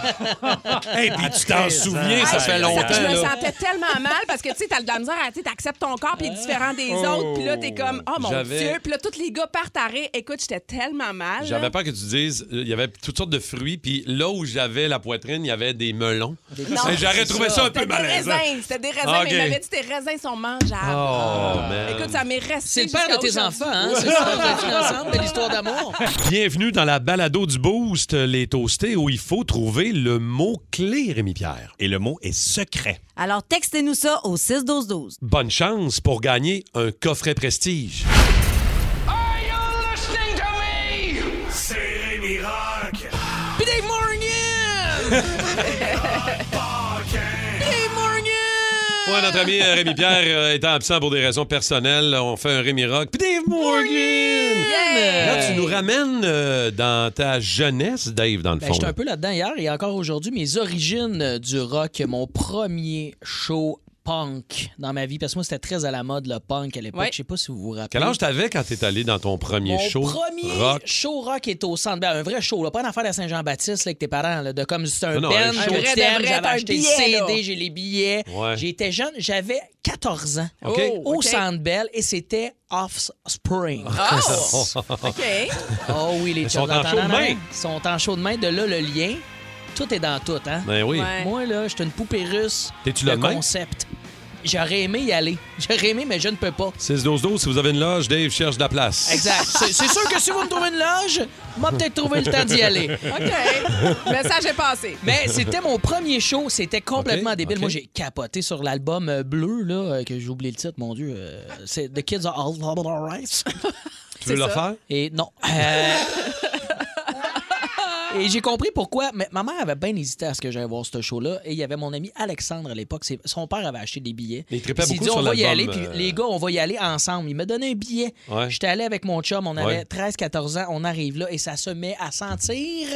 Speaker 3: [LAUGHS]
Speaker 1: [LAUGHS] Hey, puis tu t'en souviens, ça
Speaker 3: Hey,
Speaker 1: fait
Speaker 3: je-
Speaker 1: longtemps.
Speaker 3: Je me
Speaker 1: là.
Speaker 3: sentais tellement mal parce que tu sais, t'as de la misère à tu sais, t'acceptes ton corps puis il est différent des autres. Puis là, t'es comme Oh mon
Speaker 1: Ah! J'avais-
Speaker 3: Dieu! Puis là, tous les gars partent à rire. Écoute, j'étais tellement mal. là.
Speaker 1: J'avais peur que tu dises, euh, il y avait toutes sortes de fruits, puis là où j'avais la poitrine, il y avait des melons.
Speaker 3: Non,
Speaker 1: Et J'aurais trouvé ça un peu
Speaker 3: C'était des
Speaker 1: malaisant.
Speaker 3: raisins, c'était des raisins,
Speaker 1: Ah,
Speaker 3: mais il
Speaker 1: ok.
Speaker 3: m'avait dit tes raisins sont
Speaker 1: Oh,
Speaker 3: mangeables. Ah.
Speaker 1: man.
Speaker 3: Écoute, ça m'est resté.
Speaker 2: C'est le père de
Speaker 3: jusqu'à
Speaker 2: tes
Speaker 3: aujourd'hui. [LAUGHS]
Speaker 2: enfants, hein? C'est ça, vous êtes ensemble de l'histoire d'amour.
Speaker 1: Bienvenue dans la balado du boost les toastés où il faut trouver le mot-clé, Rémi-Pierre.
Speaker 11: Et le mot est secret.
Speaker 8: Alors, textez-nous ça au 6-12-12.
Speaker 1: Bonne chance pour gagner un coffret prestige.
Speaker 6: C'est Rémi Rock.
Speaker 2: Pis
Speaker 1: [LAUGHS]
Speaker 2: Dave Morgan! Dave Morgan!
Speaker 1: Ouais, notre ami euh, Rémi
Speaker 2: [LAUGHS]
Speaker 1: Pierre étant absent pour des raisons personnelles, on fait un Rémi Rock. Puis Dave Morgan! Là, tu nous ramènes euh, dans ta jeunesse, Dave, dans le
Speaker 2: Ben,
Speaker 1: fond.
Speaker 2: J'étais un peu là-dedans hier et encore aujourd'hui, mes origines euh, du rock, mon premier show punk dans ma vie, parce que moi, c'était très à la mode, le punk à l'époque.
Speaker 3: Ouais.
Speaker 2: Je sais pas si vous vous rappelez.
Speaker 1: Quel âge t'avais quand t'es allé dans ton premier
Speaker 2: Mon
Speaker 1: show?
Speaker 2: premier
Speaker 1: rock.
Speaker 2: show rock est au centre. Bell, un vrai show, là, pas une affaire de Saint-Jean-Baptiste là, avec tes parents. là, de comme c'est un
Speaker 1: Non, non, un
Speaker 2: band,
Speaker 1: show.
Speaker 2: show
Speaker 3: Un vrai de vrai,
Speaker 2: j'avais
Speaker 3: t'as un
Speaker 2: acheté le
Speaker 3: billet, là.
Speaker 2: CD, j'ai les billets.
Speaker 1: Ouais.
Speaker 2: J'étais jeune, j'avais 14 ans
Speaker 1: OK. Ah!
Speaker 3: Oh,
Speaker 2: au
Speaker 3: OK.
Speaker 2: Centre Bell et c'était Offspring. [LAUGHS]
Speaker 1: [LAUGHS]
Speaker 3: OK.
Speaker 2: Oh oui, les
Speaker 1: Ils sont
Speaker 2: chums.
Speaker 1: en chaud de main.
Speaker 2: Ils sont en chaud de main. De là, le lien. Tout est dans tout, hein?
Speaker 1: Ben oui.
Speaker 3: Ouais.
Speaker 2: Moi, là, j'étais une poupée russe.
Speaker 1: T'es-tu
Speaker 2: le
Speaker 1: le même?
Speaker 2: concept. J'aurais aimé y aller. [LAUGHS] J'aurais aimé, mais je ne peux pas.
Speaker 1: 6-12-12, si vous avez une loge, Dave cherche de la place.
Speaker 2: Exact. C'est c'est sûr que si vous me trouvez une loge, m'a peut-être trouvé le temps d'y aller.
Speaker 3: OK. Message est passé.
Speaker 2: Mais c'était mon premier show, c'était complètement
Speaker 1: OK,
Speaker 2: débile.
Speaker 1: OK.
Speaker 2: Moi, j'ai capoté sur l'album euh, bleu, là, euh, que j'ai oublié le titre, mon Dieu. euh, c'est The Kids Are All Alright.
Speaker 1: [LAUGHS] tu veux le
Speaker 3: ça.
Speaker 1: faire?
Speaker 2: Et non. Euh, [LAUGHS] Et j'ai compris pourquoi. Mais ma mère avait bien hésité à ce que j'aille voir ce show-là. Et il y avait mon ami Alexandre à l'époque. C'est- Son père avait acheté des billets.
Speaker 1: Il trippait
Speaker 2: s'est
Speaker 1: beaucoup
Speaker 2: dit,
Speaker 1: sur
Speaker 2: on va y aller.
Speaker 1: l'album,
Speaker 2: Puis
Speaker 1: euh,
Speaker 2: les gars, on va y aller ensemble. Il m'a donné un billet.
Speaker 1: Ouais.
Speaker 2: J'étais allé avec mon chum. On avait
Speaker 1: Ouais.
Speaker 2: 13-14 ans. On arrive là et ça se met à sentir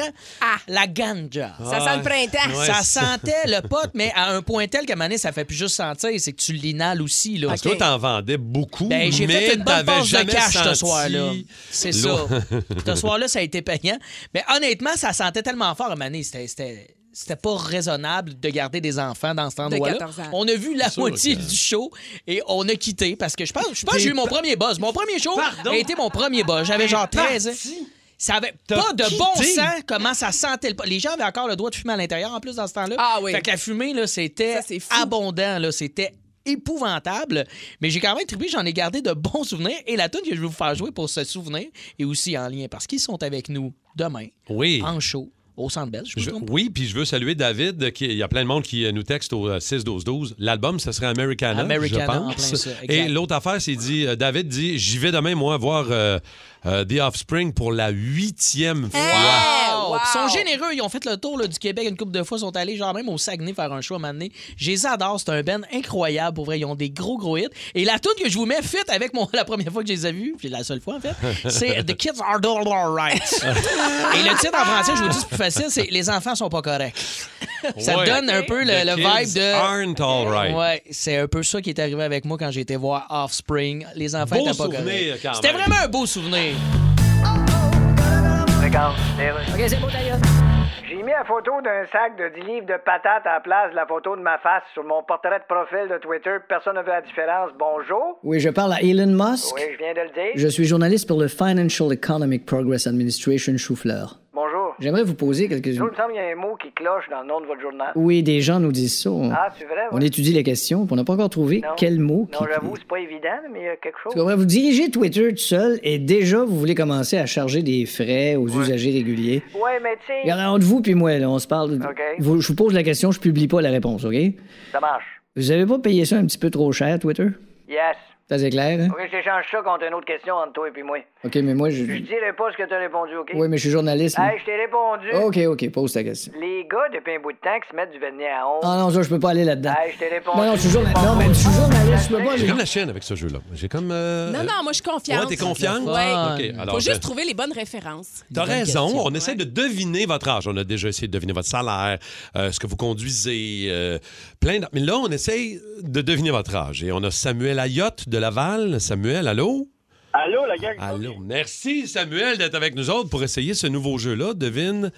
Speaker 2: la ganja.
Speaker 3: Ah. Ça sent le printemps.
Speaker 1: Ouais.
Speaker 2: Ça sentait le
Speaker 1: [LAUGHS]
Speaker 2: pote, [LAUGHS] mais à un point tel qu'à un moment donné, ça fait plus juste sentir, c'est que tu l'inhales aussi. Là.
Speaker 1: Parce que Ah, toi, t'en vendais beaucoup,
Speaker 2: Ben, j'ai
Speaker 1: mais
Speaker 2: fait une
Speaker 1: t'avais
Speaker 2: bonne passe de
Speaker 1: jamais
Speaker 2: cash ce
Speaker 1: senti
Speaker 2: soir-là. C'est ça.
Speaker 1: l'eau. [LAUGHS]
Speaker 2: ce soir-là, ça a été payant. Mais honnêtement, ça sentait tellement fort à Mané. C'était. c'était- c'était pas raisonnable de garder des enfants dans cet endroit-là.
Speaker 3: 14 ans.
Speaker 2: On a vu la
Speaker 1: sûr
Speaker 2: moitié
Speaker 1: que-
Speaker 2: du show et on a quitté parce que je pense, je pense que j'ai eu mon premier buzz. Mon premier show a été mon premier buzz. J'avais genre 13 ans. Ça avait pas de bon
Speaker 1: quitté?
Speaker 2: sens comment ça sentait le po- Les gens avaient encore le droit de fumer à l'intérieur en plus dans ce temps-là.
Speaker 3: Ah oui.
Speaker 2: Fait que la fumée, là, c'était
Speaker 3: Ça, c'est fou.
Speaker 2: abondant, là. C'était épouvantable. Mais j'ai quand même trippé, j'en ai gardé de bons souvenirs. Et la tune que je vais vous faire jouer pour ce souvenir est aussi en lien parce qu'ils sont avec nous demain
Speaker 1: Oui.
Speaker 2: en show au Centre Bell. Je me
Speaker 1: Je-
Speaker 2: trompe.
Speaker 1: oui, puis je veux saluer David. Qui, il y a plein de monde qui euh, nous texte au euh, 6-12-12. L'album, ce serait Americana,
Speaker 2: Americana,
Speaker 1: je
Speaker 2: en
Speaker 1: pense.
Speaker 2: plein ça, exact.
Speaker 1: Et l'autre affaire, c'est dit, euh, David dit, j'y vais demain, moi, voir euh, euh, The Offspring pour la huitième fois.
Speaker 2: Wow!
Speaker 3: wow.
Speaker 2: Oh, Puis Ils sont généreux. Ils ont fait le tour là, du Québec une couple de fois. Ils sont allés genre même au Saguenay faire un show à un moment donné. Je les adore. C'est un band incroyable. Pour vrai, ils ont des gros, gros hits. Et la tune que je vous mets fit avec mon, [LAUGHS] la première fois que je les ai vus, puis la seule
Speaker 1: [LAUGHS]
Speaker 2: fois en fait, c'est The Kids Are All Right. Et le titre en français, je vous dis, c'est plus facile, c'est Les enfants sont pas corrects. Ça
Speaker 1: Ouais.
Speaker 2: donne un peu le,
Speaker 1: The
Speaker 2: le
Speaker 1: kids
Speaker 2: vibe de.
Speaker 1: Aren't all right.
Speaker 2: Ouais, c'est un peu ça qui est arrivé avec moi quand j'ai été voir Offspring. Les enfants
Speaker 1: Beau
Speaker 2: étaient pas
Speaker 1: souvenir,
Speaker 2: corrects.
Speaker 1: quand
Speaker 2: C'était
Speaker 1: même.
Speaker 2: vraiment un beau souvenir.
Speaker 10: Ben J'ai mis la photo d'un sac de 10 livres de patates à la place de la photo de ma face sur mon portrait de profil de Twitter. Personne ne veut la différence. Bonjour.
Speaker 9: Oui, je parle à Elon Musk.
Speaker 10: Oui, je viens de le dire.
Speaker 9: Je suis journaliste pour le Financial Economic Progress Administration Choufleur.
Speaker 10: Bonjour.
Speaker 9: J'aimerais vous poser quelques...
Speaker 10: Il me semble qu'il y a un mot qui cloche dans le nom de votre journal.
Speaker 9: Oui, des gens nous disent ça. On,
Speaker 10: Ah, c'est vrai? ouais.
Speaker 9: on étudie les questions, puis on n'a pas encore trouvé quel mot
Speaker 10: Non,
Speaker 9: qui-
Speaker 10: j'avoue, c'est pas évident, mais il y a quelque chose.
Speaker 9: Tu comprends? Vous dirigez Twitter tout seul et déjà, vous voulez commencer à charger des frais aux usagers réguliers.
Speaker 10: Ouais, mais tu sais,
Speaker 9: Regardez, entre vous puis moi, là, on se parle. de-
Speaker 10: OK.
Speaker 9: Vous- je vous pose la question, je publie pas la réponse, OK?
Speaker 10: ça marche.
Speaker 9: Vous avez pas payé ça un petit peu trop cher, Twitter?
Speaker 10: Yes.
Speaker 9: Ça, c'est clair, hein?
Speaker 10: OK, je t'échange ça contre une autre question entre toi et puis moi.
Speaker 9: OK, mais moi, je...
Speaker 10: Je dirai pas ce que t'as répondu, OK?
Speaker 9: Oui, mais je suis journaliste.
Speaker 10: Hey, je t'ai répondu.
Speaker 9: OK, OK, pose ta question.
Speaker 10: Les gars, depuis un bout de temps, qui se mettent du vernis à ongles.
Speaker 9: Ah non, ça, je peux pas aller là-dedans.
Speaker 10: Hey, je t'ai répondu.
Speaker 9: Non, non, je suis journaliste. Non, mais je suis journaliste, je peux pas
Speaker 1: J'ai
Speaker 9: aller...
Speaker 1: comme la chienne avec ce jeu-là. J'ai comme. euh,
Speaker 3: Non, non, moi, je suis confiante.
Speaker 1: Ouais, t'es confiante?
Speaker 3: Ouais.
Speaker 1: OK, alors,
Speaker 3: Faut
Speaker 1: je-
Speaker 3: juste trouver les bonnes références.
Speaker 1: T'as
Speaker 2: Bonne
Speaker 1: raison.
Speaker 2: question.
Speaker 1: On essaie de deviner votre âge. On a déjà essayé de deviner votre salaire, euh, ce que vous conduisez, euh, plein de... Mais là, on essaie de deviner votre âge. Et on a Samuel Ayotte de Laval. Samuel, allô?
Speaker 11: Allô, la gang?
Speaker 1: Allô. Merci, Samuel, d'être avec nous autres pour essayer ce nouveau jeu-là. Devine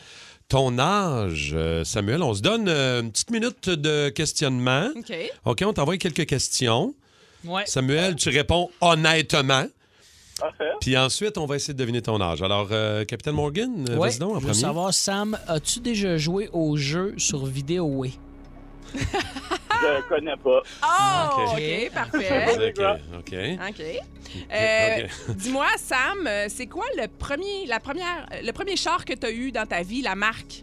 Speaker 1: ton âge. Euh, Samuel, on se donne euh, une petite minute de questionnement.
Speaker 3: OK.
Speaker 1: OK, on t'envoie quelques questions.
Speaker 2: Ouais.
Speaker 1: Samuel, tu réponds honnêtement.
Speaker 11: Parfait.
Speaker 1: Puis ensuite, on va essayer de deviner ton âge. Alors, euh, Capitaine Morgan, euh,
Speaker 2: Ouais,
Speaker 1: vas-y donc en
Speaker 2: je veux
Speaker 1: premier.
Speaker 2: savoir, Sam, as-tu déjà joué au jeu sur Vidéo Way?
Speaker 11: Je connais pas.
Speaker 3: Oh, OK, [LAUGHS] parfait.
Speaker 1: OK.
Speaker 3: OK. Euh,
Speaker 1: OK. [LAUGHS]
Speaker 3: Dis-moi, Sam, euh, c'est quoi le premier, la première, euh, le premier char que tu as eu dans ta vie, la marque?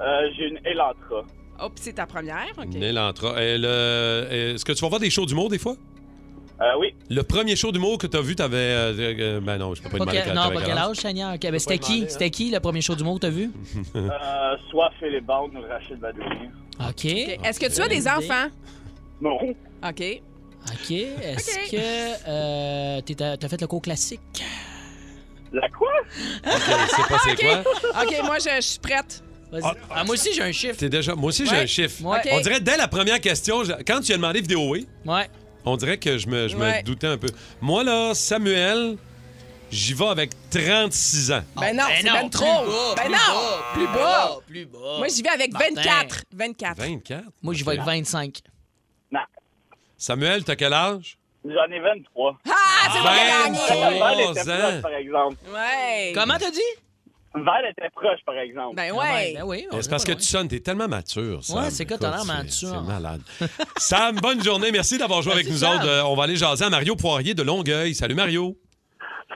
Speaker 11: Euh, J'ai une Elantra.
Speaker 3: Oh, puis c'est ta première, OK.
Speaker 1: Nélantra. Et le- euh, Est-ce que tu vas voir des shows d'humour des fois?
Speaker 11: oui.
Speaker 1: Le premier show d'humour que t'as vu, t'avais. euh, euh, ben non, je peux pas
Speaker 2: Pas
Speaker 1: demander
Speaker 2: quel-
Speaker 1: quel-
Speaker 2: non,
Speaker 1: t'avais
Speaker 2: pas quel âge, Seigneur. Ok, ben, c'était
Speaker 1: pas
Speaker 2: qui?
Speaker 1: demander, hein.
Speaker 2: C'était qui le premier show du mot que t'as vu?
Speaker 1: [LAUGHS]
Speaker 11: Euh, soit Philippe Bond ou Rachid Badouri.
Speaker 2: OK.
Speaker 3: Est-ce que tu as des enfants?
Speaker 11: Non.
Speaker 3: OK.
Speaker 2: OK. Est-ce
Speaker 3: Ok.
Speaker 2: que euh, t'es- t'as t'as fait le cours classique?
Speaker 11: La quoi?
Speaker 1: Je sais pas c'est quoi.
Speaker 3: OK, moi, je, je suis prête.
Speaker 1: Ah,
Speaker 2: Ah, moi aussi, j'ai un chiffre.
Speaker 1: T'es déjà... Moi aussi, j'ai
Speaker 2: Ouais.
Speaker 1: un chiffre.
Speaker 2: Ouais.
Speaker 1: On dirait dès la première question, je- quand tu as demandé vidéo, oui,
Speaker 2: Ouais.
Speaker 1: on dirait que je me, je me
Speaker 3: Ouais.
Speaker 1: doutais un peu. Moi, là, Samuel, j'y vais avec 36 ans.
Speaker 3: Ben non, c'est ben trop. ben non, plus bas.
Speaker 2: Plus bas.
Speaker 3: Moi, j'y vais avec
Speaker 2: Martin.
Speaker 3: 24. 24.
Speaker 1: 24?
Speaker 2: Moi, j'y vais avec 25.
Speaker 1: Samuel, t'as quel âge?
Speaker 11: J'en ai 23.
Speaker 3: Ah, c'est moi qui ai gagné.
Speaker 11: Val était
Speaker 1: 23
Speaker 11: proche,
Speaker 1: ans!
Speaker 11: par exemple.
Speaker 3: Ouais.
Speaker 2: hein? Comment t'as dit?
Speaker 11: Val était proche, par exemple.
Speaker 3: Ben
Speaker 2: Ah,
Speaker 3: ouais.
Speaker 2: ben, ben oui. on
Speaker 1: Mais
Speaker 2: est
Speaker 1: C'est parce
Speaker 2: pas
Speaker 1: que
Speaker 2: loin.
Speaker 1: tu sonnes, t'es tellement mature, Sam.
Speaker 2: Ouais, c'est que t'as l'air
Speaker 1: Écoute, c'est-
Speaker 2: mature.
Speaker 1: C'est malade. [LAUGHS] Sam, bonne journée. Merci d'avoir joué avec
Speaker 2: Merci,
Speaker 1: nous
Speaker 2: Sam.
Speaker 1: autres. Euh, on va aller jaser à Mario Poirier de Longueuil. Salut, Mario.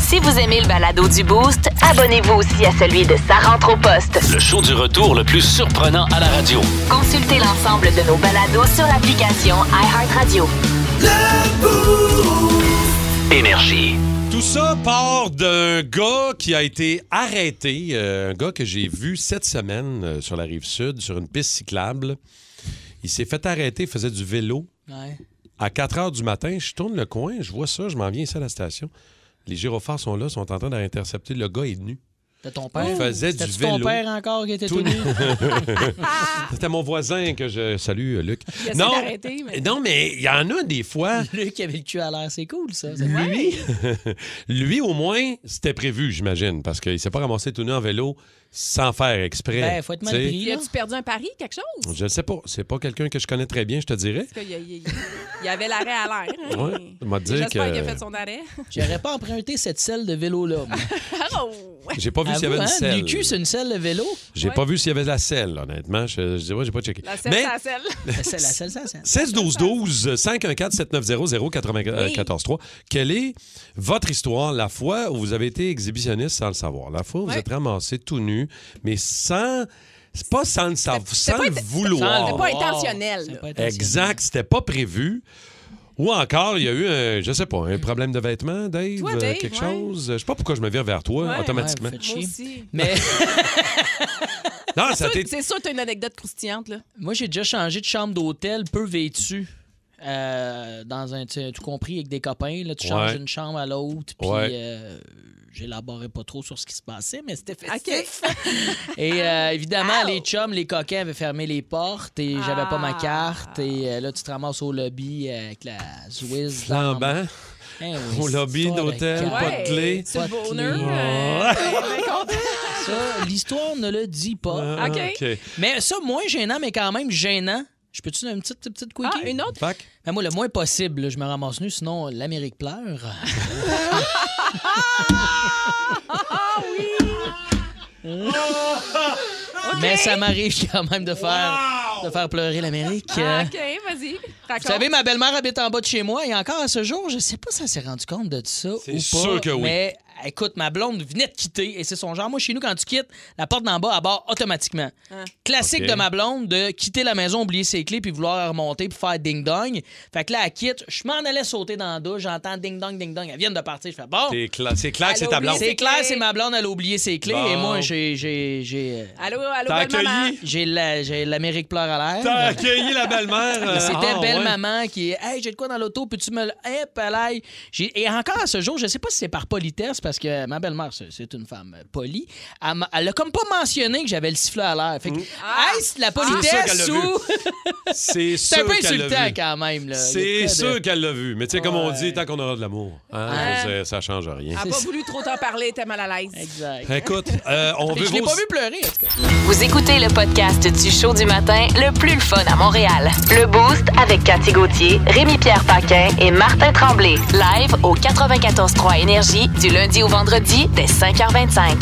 Speaker 7: Si vous aimez le balado du Boost, abonnez-vous aussi à celui de Sa rentre au poste.
Speaker 12: Le show du retour le plus surprenant à la radio.
Speaker 7: Consultez l'ensemble de nos balados sur l'application iHeartRadio.
Speaker 12: Énergie.
Speaker 1: Tout ça part d'un gars qui a été arrêté, euh, un gars que j'ai vu cette semaine euh, sur la rive sud, sur une piste cyclable. Il s'est fait arrêter, il faisait du vélo.
Speaker 2: Ouais.
Speaker 1: À 4 heures du matin, je tourne le coin, je vois ça, je m'en viens ici à la station. Les gyrophares sont là, sont en train d'intercepter. Le gars est nu.
Speaker 2: T'as ton père.
Speaker 1: Il faisait du
Speaker 2: T'as-tu
Speaker 1: vélo.
Speaker 2: ton père encore qui était tout nu?
Speaker 1: [LAUGHS]
Speaker 2: [LAUGHS]
Speaker 1: C'était mon voisin que je salue, euh, Luc.
Speaker 2: Il essaie
Speaker 1: Non,
Speaker 2: d'arrêter, mais-
Speaker 1: non, mais il y en a des fois.
Speaker 2: Lui qui avait le cul à l'air, c'est cool, ça. C'est-
Speaker 1: Lui, [LAUGHS] lui au moins, c'était prévu, j'imagine, parce qu'il s'est pas ramassé tout nu en vélo sans faire exprès.
Speaker 3: Ben, faut être
Speaker 1: tu sais.
Speaker 3: Y a-tu perdu un pari, quelque chose?
Speaker 1: Je ne sais pas. C'est pas quelqu'un que je connais très bien, je te dirais.
Speaker 3: Parce qu'il y, a- il y a- il y avait l'arrêt à l'air. hein.
Speaker 1: Ouais, m'a dit
Speaker 3: J'espère
Speaker 1: que-
Speaker 3: qu'il a fait son arrêt.
Speaker 2: J'aurais pas emprunté cette selle de vélo-là.
Speaker 3: [LAUGHS]
Speaker 2: moi.
Speaker 3: Ah, oh,
Speaker 1: J'ai pas vu s'il y
Speaker 2: Avoue,
Speaker 1: avait une
Speaker 2: hein,
Speaker 1: selle.
Speaker 2: L'UQ, c'est une selle de vélo.
Speaker 1: J'ai pas vu s'il y avait de la selle, honnêtement. Je, je dirais, j'ai pas checké.
Speaker 2: La
Speaker 3: selle,
Speaker 1: Mais-
Speaker 3: c'est la selle.
Speaker 2: La selle, la selle, c'est la selle.
Speaker 1: 16 12 12 514 7900 94 3. Quelle est votre histoire la fois où vous avez été exhibitionniste sans le savoir, la fois où vous êtes ramassé tout nu mais sans c'est pas sans le savoir, sans
Speaker 3: pas
Speaker 1: le
Speaker 3: int-
Speaker 1: vouloir.
Speaker 3: C'était pas intentionnel. là.
Speaker 1: Exact, c'était pas prévu. Ou encore, il y a eu, un, je sais pas, un problème de vêtements, Dave,
Speaker 3: Toi,
Speaker 1: euh,
Speaker 3: Dave,
Speaker 1: quelque
Speaker 3: ouais.
Speaker 1: chose. Je sais pas pourquoi je me vire vers toi
Speaker 3: Ouais.
Speaker 1: automatiquement.
Speaker 2: Ouais, vous faites chier. Moi aussi.
Speaker 3: [LAUGHS]
Speaker 1: Mais non, ça
Speaker 3: Toi,
Speaker 1: t'est
Speaker 3: C'est sûr que t'as une anecdote croustillante, là.
Speaker 2: Moi, j'ai déjà changé de chambre d'hôtel peu vêtu. euh, dans un, tu sais, tout compris avec des copains, là, tu changes
Speaker 1: Ouais.
Speaker 2: d'une chambre à l'autre, puis
Speaker 1: Ouais.
Speaker 2: euh, j'élaborais pas trop sur ce qui se passait, mais c'était fait.
Speaker 3: OK.
Speaker 2: [LAUGHS] Et euh, évidemment, les chums, les coquins avaient fermé les portes et j'avais pas ma
Speaker 3: Ah.
Speaker 2: carte. Et euh, là, tu te ramasses au lobby euh, avec la Swiss. dans-
Speaker 1: flambant.
Speaker 2: Eh oui,
Speaker 1: Au lobby
Speaker 2: histoire de
Speaker 1: d'hôtel,
Speaker 2: carte.
Speaker 1: pas de clé.
Speaker 2: Pas de clé.
Speaker 3: hein. [LAUGHS]
Speaker 2: Ça, l'histoire ne le dit pas.
Speaker 1: Ah, OK. OK.
Speaker 2: Mais ça, moins gênant, mais quand même gênant. Je peux-tu donner une petite, petite, petite quickie?
Speaker 3: Ah, une autre?
Speaker 1: Fac.
Speaker 2: Ben, moi, le moins possible, là, je me ramasse nu, sinon l'Amérique
Speaker 3: [LAUGHS]
Speaker 2: pleure.
Speaker 3: Ah oui!
Speaker 2: Mais ça m'arrive quand même de faire, de faire pleurer l'Amérique.
Speaker 3: Ah, OK, vas-y.
Speaker 2: Vous savez, ma belle-mère habite en bas de chez moi et encore à ce jour, je sais pas si elle s'est rendue compte de ça ou pas.
Speaker 1: sûr que oui.
Speaker 2: Mais écoute, ma blonde venait de quitter et c'est son genre. Moi, chez nous, quand tu quittes, la porte d'en bas abat automatiquement.
Speaker 1: Hein.
Speaker 2: Classique
Speaker 1: Ok.
Speaker 2: de ma blonde de quitter la maison, oublier ses clés puis vouloir remonter puis faire ding-dong. Fait que là, elle quitte. Je m'en allais sauter dans la douche. J'entends ding-dong, ding-dong. Elle vient de partir. Je fais bon.
Speaker 1: C'est cla- c'est clair que c'est ta blonde.
Speaker 2: C'est clair, c'est ma blonde. Elle a oublié ses clés
Speaker 1: Bon.
Speaker 2: et moi, j'ai. j'ai-
Speaker 1: euh,
Speaker 2: j'ai
Speaker 3: Allô, allô,
Speaker 2: T'as
Speaker 3: belle-maman?
Speaker 2: J'ai la- j'ai l'Amérique pleure à l'air.
Speaker 1: T'as accueilli la belle-mère. euh,
Speaker 2: C'était
Speaker 1: ah,
Speaker 2: belle
Speaker 1: ouais.
Speaker 2: maman qui est Hey, j'ai de quoi dans l'auto, puis tu me le. Hey, palaille. J'ai- Et encore à ce jour, je sais pas si c'est par politesse, parce que ma belle-mère, c'est- c'est une femme euh, polie. Elle, m'a- elle a comme pas mentionné que j'avais le sifflet à l'air. Fait que,
Speaker 3: Mm. Ah.
Speaker 2: est-ce la
Speaker 1: C'est sûr
Speaker 2: politesse
Speaker 1: qu'elle l'a
Speaker 2: ou.
Speaker 1: C'est
Speaker 2: C'est un
Speaker 1: sûr
Speaker 2: peu
Speaker 1: qu'elle l'a
Speaker 2: insultant
Speaker 1: vu.
Speaker 2: quand même. là. Il y a
Speaker 1: C'est
Speaker 2: de quoi de-
Speaker 1: sûr qu'elle l'a vu. Mais tu sais, comme on
Speaker 2: Ouais.
Speaker 1: dit, tant qu'on aura de l'amour, hein,
Speaker 2: Ouais. Ah,
Speaker 1: je veux dire, ça change
Speaker 3: Elle
Speaker 1: rien.
Speaker 3: n'a pas voulu trop t'en parler, t'es mal à l'aise.
Speaker 2: Exact.
Speaker 1: Écoute, euh, on veut
Speaker 2: Je l'ai
Speaker 1: vos-
Speaker 2: pas vu pleurer, en tout cas.
Speaker 7: Vous écoutez le podcast du show du matin le plus le fun à Montréal. Le Boost avec Cathy Gauthier, Rémi-Pierre Paquin et Martin Tremblay. Live au 94.3 Énergie du lundi au vendredi dès 5h25.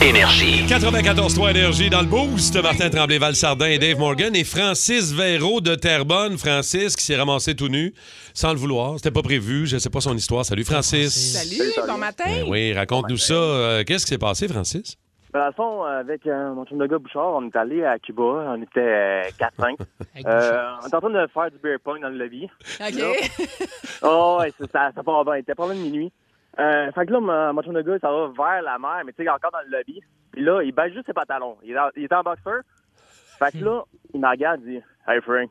Speaker 12: Énergie.
Speaker 1: 94.3 Énergie dans le boost. Martin Tremblay, Val Sardin et Dave Morgan. Et Francis Véro de Terrebonne. Francis qui s'est ramassé tout nu, sans le vouloir. C'était pas prévu. Je sais pas son histoire. Salut, Francis.
Speaker 3: Salut, bon matin.
Speaker 1: Ben oui, raconte-nous ça. Euh, Qu'est-ce qui s'est passé, Francis?
Speaker 13: De toute façon, avec euh, mon chum de gars Bouchard, on est allé à Cuba. On était euh, 4-5. Euh, on était en train de faire du beer pong dans le lobby.
Speaker 3: OK.
Speaker 13: Là, oh, ouais, ça, ça, ça part bien. Il était pas loin de minuit. Euh, fait que là, mon, mon chum de gars, ça va vers la mer, mais tu sais, il est encore dans le lobby. Puis là, il baisse juste ses pantalons. Il est, en- il est en boxeur. Fait que là, il me regarde, il dit Hey Frank.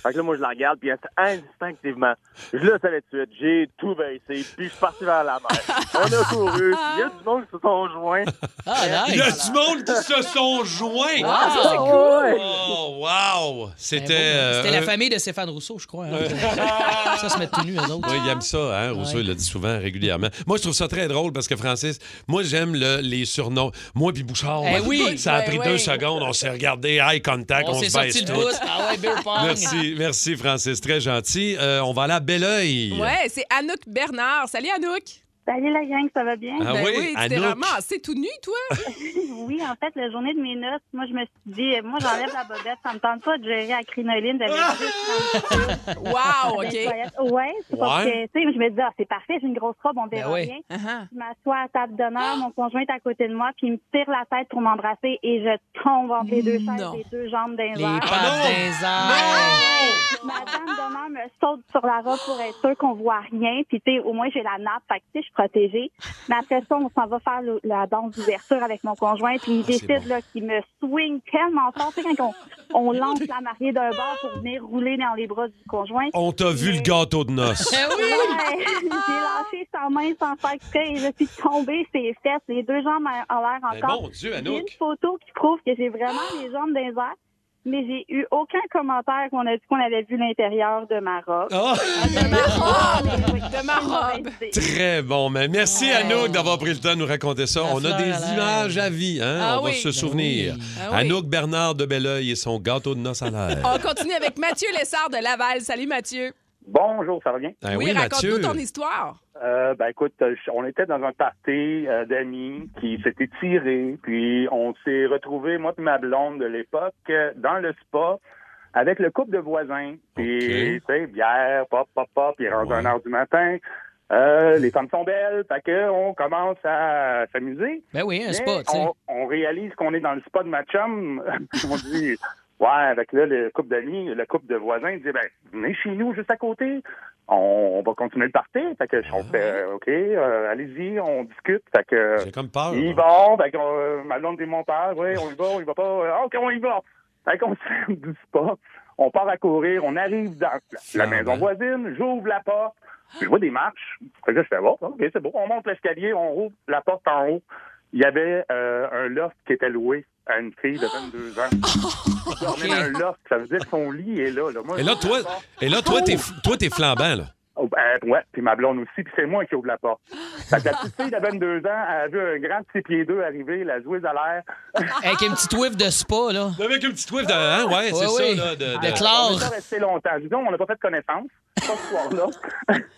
Speaker 13: Fait que là, moi, je la regarde, puis instinctivement, je le savais tout de suite, j'ai tout baissé, puis je suis parti vers la mer. On a couru, puis il y a du monde qui se sont joints.
Speaker 1: Ah, Il y a du monde qui se sont joints.
Speaker 13: Ah, ça, c'est cool.
Speaker 1: Oh, wow. C'était.
Speaker 2: C'était
Speaker 1: euh,
Speaker 2: la
Speaker 1: un-
Speaker 2: famille de Stéphane Rousseau, je crois. hein.
Speaker 1: ça se met tout nu, eux autres. Oui, il aime ça,
Speaker 2: Ah,
Speaker 1: hein, Rousseau, il le dit souvent, régulièrement. Moi, je trouve ça très drôle parce que, Francis, moi, j'aime le- les surnoms. Moi puis Bouchard,
Speaker 2: Eh oui.
Speaker 1: ça a
Speaker 2: Ben
Speaker 1: pris
Speaker 2: oui.
Speaker 1: deux secondes, on s'est regardé, eye contact,
Speaker 2: On
Speaker 1: on,
Speaker 2: s'est
Speaker 1: se
Speaker 2: sorti
Speaker 1: baisse
Speaker 2: le
Speaker 1: tout.
Speaker 2: bout. Ah ouais, beer pong.
Speaker 1: Merci, merci, Francis, très gentil. Euh, on va aller à Belleuil.
Speaker 3: Ouais, c'est Anouk Bernard. Salut, Anouk.
Speaker 14: Salut la gang, ça va bien?
Speaker 1: Ah
Speaker 3: ben
Speaker 1: oui,
Speaker 3: oui, tu t'es
Speaker 1: Anouk.
Speaker 3: ramassée tout nu, toi?
Speaker 14: [LAUGHS] oui, en fait, la journée de mes noces, moi, je me suis dit, euh, moi, j'enlève la bobette, ça me tente pas de gérer la crinoline d'aller
Speaker 1: Ah!
Speaker 3: Wow, OK.
Speaker 14: Ouais, c'est parce que,
Speaker 3: Ouais.
Speaker 14: tu sais, je me dis, ah, c'est parfait, j'ai une grosse robe, on verra
Speaker 3: Ben oui.
Speaker 14: bien. Je m'assois à table
Speaker 1: Ah!
Speaker 14: d'honneur, mon conjoint est à côté de moi, puis il me tire la tête pour m'embrasser et je tombe entre les deux chaises, les deux jambes d'un
Speaker 2: Les
Speaker 5: Ah,
Speaker 2: pattes des
Speaker 14: Ma dame d'honneur me saute sur la robe pour être sûre qu'on voit rien. Puis, tu sais, au moins, j'ai la nappe. Fait que, tu sais, je suis protégée. Mais après ça, on s'en va faire le- la danse d'ouverture avec mon conjoint. Puis, il
Speaker 1: Ah,
Speaker 14: décide, là, qu'il me swing tellement fort. Tu sais, quand on,
Speaker 1: [LAUGHS]
Speaker 14: on lance la mariée d'un bord pour venir rouler dans les bras du conjoint.
Speaker 1: On t'a vu le gâteau de noces.
Speaker 2: Ben
Speaker 14: Ouais,
Speaker 1: [LAUGHS]
Speaker 14: j'ai lâché sans main, sans faire exprès, et je suis tombée ses fesses, les deux jambes en en l'air
Speaker 1: Mais
Speaker 14: encore.
Speaker 1: Ben mon Dieu,
Speaker 14: J'ai
Speaker 1: Anouk.
Speaker 14: une photo qui prouve que j'ai vraiment les jambes dans les airs, mais j'ai eu aucun commentaire qu'on a dit qu'on avait vu l'intérieur de ma robe.
Speaker 3: De ma robe! De ma robe!
Speaker 1: Très bon, mais merci Anouk d'avoir pris le temps de nous raconter ça. On a
Speaker 3: fleur
Speaker 1: des
Speaker 3: à l'ail.
Speaker 1: images à vie, hein?
Speaker 3: Ah
Speaker 1: on va
Speaker 3: oui.
Speaker 1: se souvenir.
Speaker 3: Ben oui. Ah oui.
Speaker 1: Anouk Bernard de Belleuil et son gâteau de noces à l'air.
Speaker 2: [LAUGHS]
Speaker 3: On continue avec Mathieu Lessard de Laval. Salut, Mathieu.
Speaker 15: Bonjour, ça va bien?
Speaker 1: Ben
Speaker 3: oui, raconte-nous ton histoire.
Speaker 15: Euh, ben écoute, euh, je- on était dans un party euh, d'amis qui s'était tiré, puis on s'est retrouvés, moi et ma blonde de l'époque, euh, dans le spa avec le couple de voisins. Puis, tu sais, bière, pop, pop, pop, puis rendu 1 heure du matin. euh, les femmes sont belles, fait que on commence à s'amuser.
Speaker 2: Ben oui, un
Speaker 15: Mais
Speaker 2: spa, tu sais.
Speaker 15: on, on réalise qu'on est dans le spa de ma chum. [LAUGHS] on dit, ouais, avec là, le couple d'amis, le couple de voisins dit, ben, venez chez nous, juste à côté. On, on va continuer le party. Fait que,
Speaker 1: Ah
Speaker 15: on fait, euh, OK, euh, allez-y, on discute. Fait que.
Speaker 1: J'ai comme peur.
Speaker 15: Ils vont, fait que, euh, ma blonde dit, mon père, ouais, on y va, on y va pas. Ah, OK, on y va. Fait qu'on [LAUGHS] se dit pas. On part à courir, on arrive dans la- la maison voisine, j'ouvre la porte, je vois des marches. Fait que là, je fais, bon, OK, c'est beau. On monte l'escalier, on ouvre la porte en haut. Il y avait euh, un loft qui était loué à une fille de 22 ans. On est dans un loft, ça veut dire que son lit est là. là. Moi,
Speaker 1: Et là,
Speaker 15: je-
Speaker 1: toi, et là, toi, t'es, toi, t'es flambant, là.
Speaker 15: Oh, ben, ouais, puis ma blonde aussi, puis c'est moi qui ouvre la porte. Fait que la petite fille de 22 ans, elle a vu un grand petit pied deux arriver, la joueuse à l'air.
Speaker 2: Avec une petite whiff de spa, là.
Speaker 1: Avec une petite whiff de. Hein, ouais, c'est ça, là, de- de-
Speaker 2: De
Speaker 15: On est pas
Speaker 2: chlore.
Speaker 15: resté longtemps. Disons, on n'a pas fait de connaissance. Pas ce soir-là.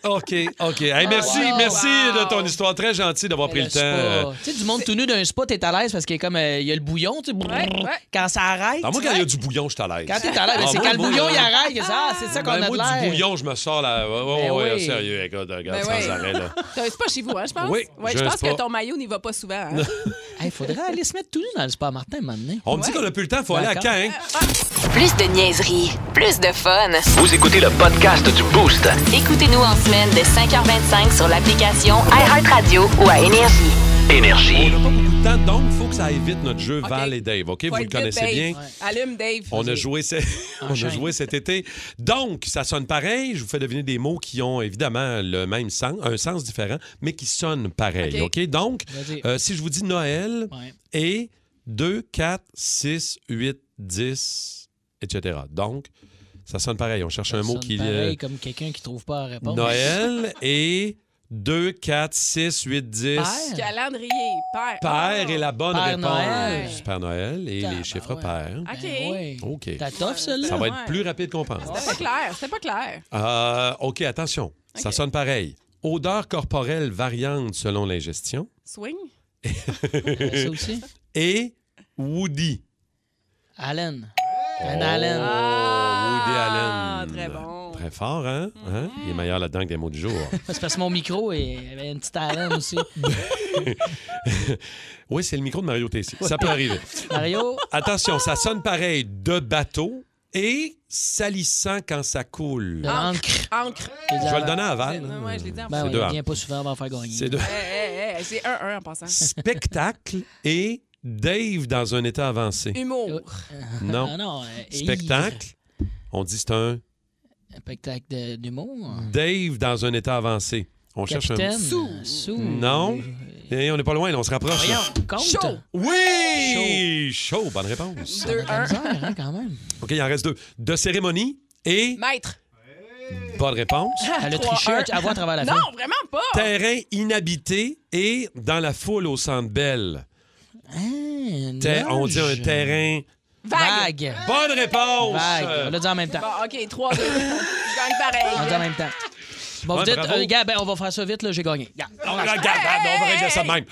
Speaker 1: OK, OK. Hey, merci,
Speaker 2: Ah, wow.
Speaker 1: merci de ton histoire. Très gentil d'avoir pris le, temps.
Speaker 2: Spa. Tu sais, du monde tout nu d'un spa, t'es à l'aise parce qu'il y a comme. euh, Il y a le bouillon, tu sais. brrr, Quand ça arrête.
Speaker 1: Ah, moi,
Speaker 2: tu
Speaker 1: quand il y
Speaker 2: vois,
Speaker 1: a du bouillon, je suis à l'aise.
Speaker 2: Quand t'es à l'aise,
Speaker 1: Ah,
Speaker 2: c'est
Speaker 1: moi,
Speaker 2: quand le
Speaker 1: moi,
Speaker 2: bouillon,
Speaker 1: là.
Speaker 2: il arrête, que ça, ah, c'est ça qu'on
Speaker 1: Ben,
Speaker 2: a de
Speaker 1: moi, du
Speaker 2: l'air.
Speaker 1: bouillon, je me sors là. Ouais, ouais,
Speaker 2: Ben
Speaker 1: ouais,
Speaker 2: oui.
Speaker 1: sérieux, écoute, regarde,
Speaker 3: Ben
Speaker 1: sans
Speaker 3: oui.
Speaker 1: arrêt, là.
Speaker 3: [LAUGHS] T'as un spa chez vous, hein, je pense?
Speaker 1: Oui,
Speaker 3: Ouais,
Speaker 1: j'ai
Speaker 3: je
Speaker 1: un
Speaker 3: pense
Speaker 1: spa.
Speaker 3: que ton maillot n'y va pas souvent. hein?
Speaker 1: [LAUGHS]
Speaker 2: Il faudrait aller se mettre tout nu dans le spa Martin, maintenant.
Speaker 1: On me dit qu'on a plus le temps, faut aller à
Speaker 2: D'accord.
Speaker 1: Caen.
Speaker 7: Plus de niaiserie, plus de fun.
Speaker 12: Vous écoutez le podcast du Boost.
Speaker 7: Écoutez-nous en semaine de 5h25 sur l'application iHeartRadio ou à Énergie.
Speaker 12: Énergie.
Speaker 1: On n'a pas beaucoup de temps, donc il faut que ça aille vite notre jeu Val et Dave, OK?
Speaker 3: Faut
Speaker 1: Vous le
Speaker 3: être good,
Speaker 1: connaissez
Speaker 3: Dave.
Speaker 1: bien.
Speaker 3: Allume, Dave.
Speaker 1: On a, joué ce- [LAUGHS] on a joué cet été. Donc, ça sonne pareil. Je vous fais deviner des mots qui ont évidemment le même sens, un sens différent, mais qui sonnent pareil. OK?
Speaker 16: OK.
Speaker 1: Donc,
Speaker 16: Vas-y.
Speaker 1: euh, si je vous dis Noël
Speaker 16: Ouais.
Speaker 1: et 2, 4, 6, 8, 10, etc. Donc, ça sonne pareil. On cherche un mot qui. euh,
Speaker 2: Pareil, comme quelqu'un qui trouve pas la réponse.
Speaker 1: Noël et 2, 4, 6, 8, 10.
Speaker 3: Calendrier, père.
Speaker 1: Père est la bonne
Speaker 3: Père
Speaker 1: réponse.
Speaker 3: Noël.
Speaker 1: Père Noël et les chiffres pairs.
Speaker 3: OK.
Speaker 1: OK.
Speaker 2: T'as tough, celle-là.
Speaker 1: Ça va
Speaker 3: Ouais.
Speaker 1: être plus rapide qu'on pense.
Speaker 3: C'était pas clair, c'était pas clair.
Speaker 1: Euh, OK, attention. Ça sonne pareil. Odeur corporelle variante selon l'ingestion.
Speaker 3: Swing?
Speaker 1: Ça
Speaker 2: aussi.
Speaker 1: Et Woody.
Speaker 2: Allen.
Speaker 1: Oh,
Speaker 2: Un Allen. [LAUGHS]
Speaker 1: Woody Allen.
Speaker 2: Ah, très bon.
Speaker 1: Très fort, hein? Hein? Il est meilleur là-dedans que des mots du jour. [LAUGHS]
Speaker 2: C'est parce que mon micro est- avait une petite Allen aussi.
Speaker 1: oui, c'est le micro de Mario Tessier. Ça peut arriver.
Speaker 2: Mario.
Speaker 1: Attention, ça sonne pareil de bateau et salissant quand ça coule.
Speaker 2: L'encre.
Speaker 3: Encre.
Speaker 1: Je vais le donner à Val.
Speaker 3: Euh, Ouais, je l'ai dit en Eh,
Speaker 1: C'est
Speaker 2: Ah, Ben oui,
Speaker 1: deux
Speaker 2: il
Speaker 1: Al.
Speaker 2: vient pas souvent, on va en faire gagner.
Speaker 1: C'est deux.
Speaker 3: Hey, hey, hey, C'est 1-1 en passant.
Speaker 1: Spectacle et Dave dans un état avancé.
Speaker 3: Humour.
Speaker 1: Non.
Speaker 2: Ah non, euh,
Speaker 1: Spectacle. On dit c'est un
Speaker 2: Un spectacle de- d'humour.
Speaker 1: Dave dans un état avancé. On cherche un.
Speaker 2: Capitaine. Sous. Sous. Euh,
Speaker 1: Non. Et on n'est pas loin, là, on se rapproche. là.
Speaker 2: Voyons, compte. Chaud.
Speaker 1: Oui! Chaud, bonne réponse.
Speaker 2: 2-1. hein, quand même.
Speaker 1: OK, il en reste deux. De cérémonie et
Speaker 3: Maître.
Speaker 1: bonne réponse.
Speaker 2: Elle a triché, elle voit Ah, à travers la
Speaker 3: Non, vraiment pas.
Speaker 1: Terrain inhabité et dans la foule au centre belle. Ter- on dit un terrain. euh,
Speaker 2: Vague.
Speaker 1: Bonne réponse!
Speaker 2: Vague. On l'a dit en même temps.
Speaker 3: Bon, OK,
Speaker 2: [LAUGHS]
Speaker 3: 3-2. Je gagne pareil.
Speaker 2: On l'a dit en même temps. Bon,
Speaker 1: Ouais,
Speaker 2: vous dites,
Speaker 1: bravo.
Speaker 2: euh, gars, ben, on va faire ça vite, là, j'ai gagné. Gars,
Speaker 1: On regarde, on va régler ça de même.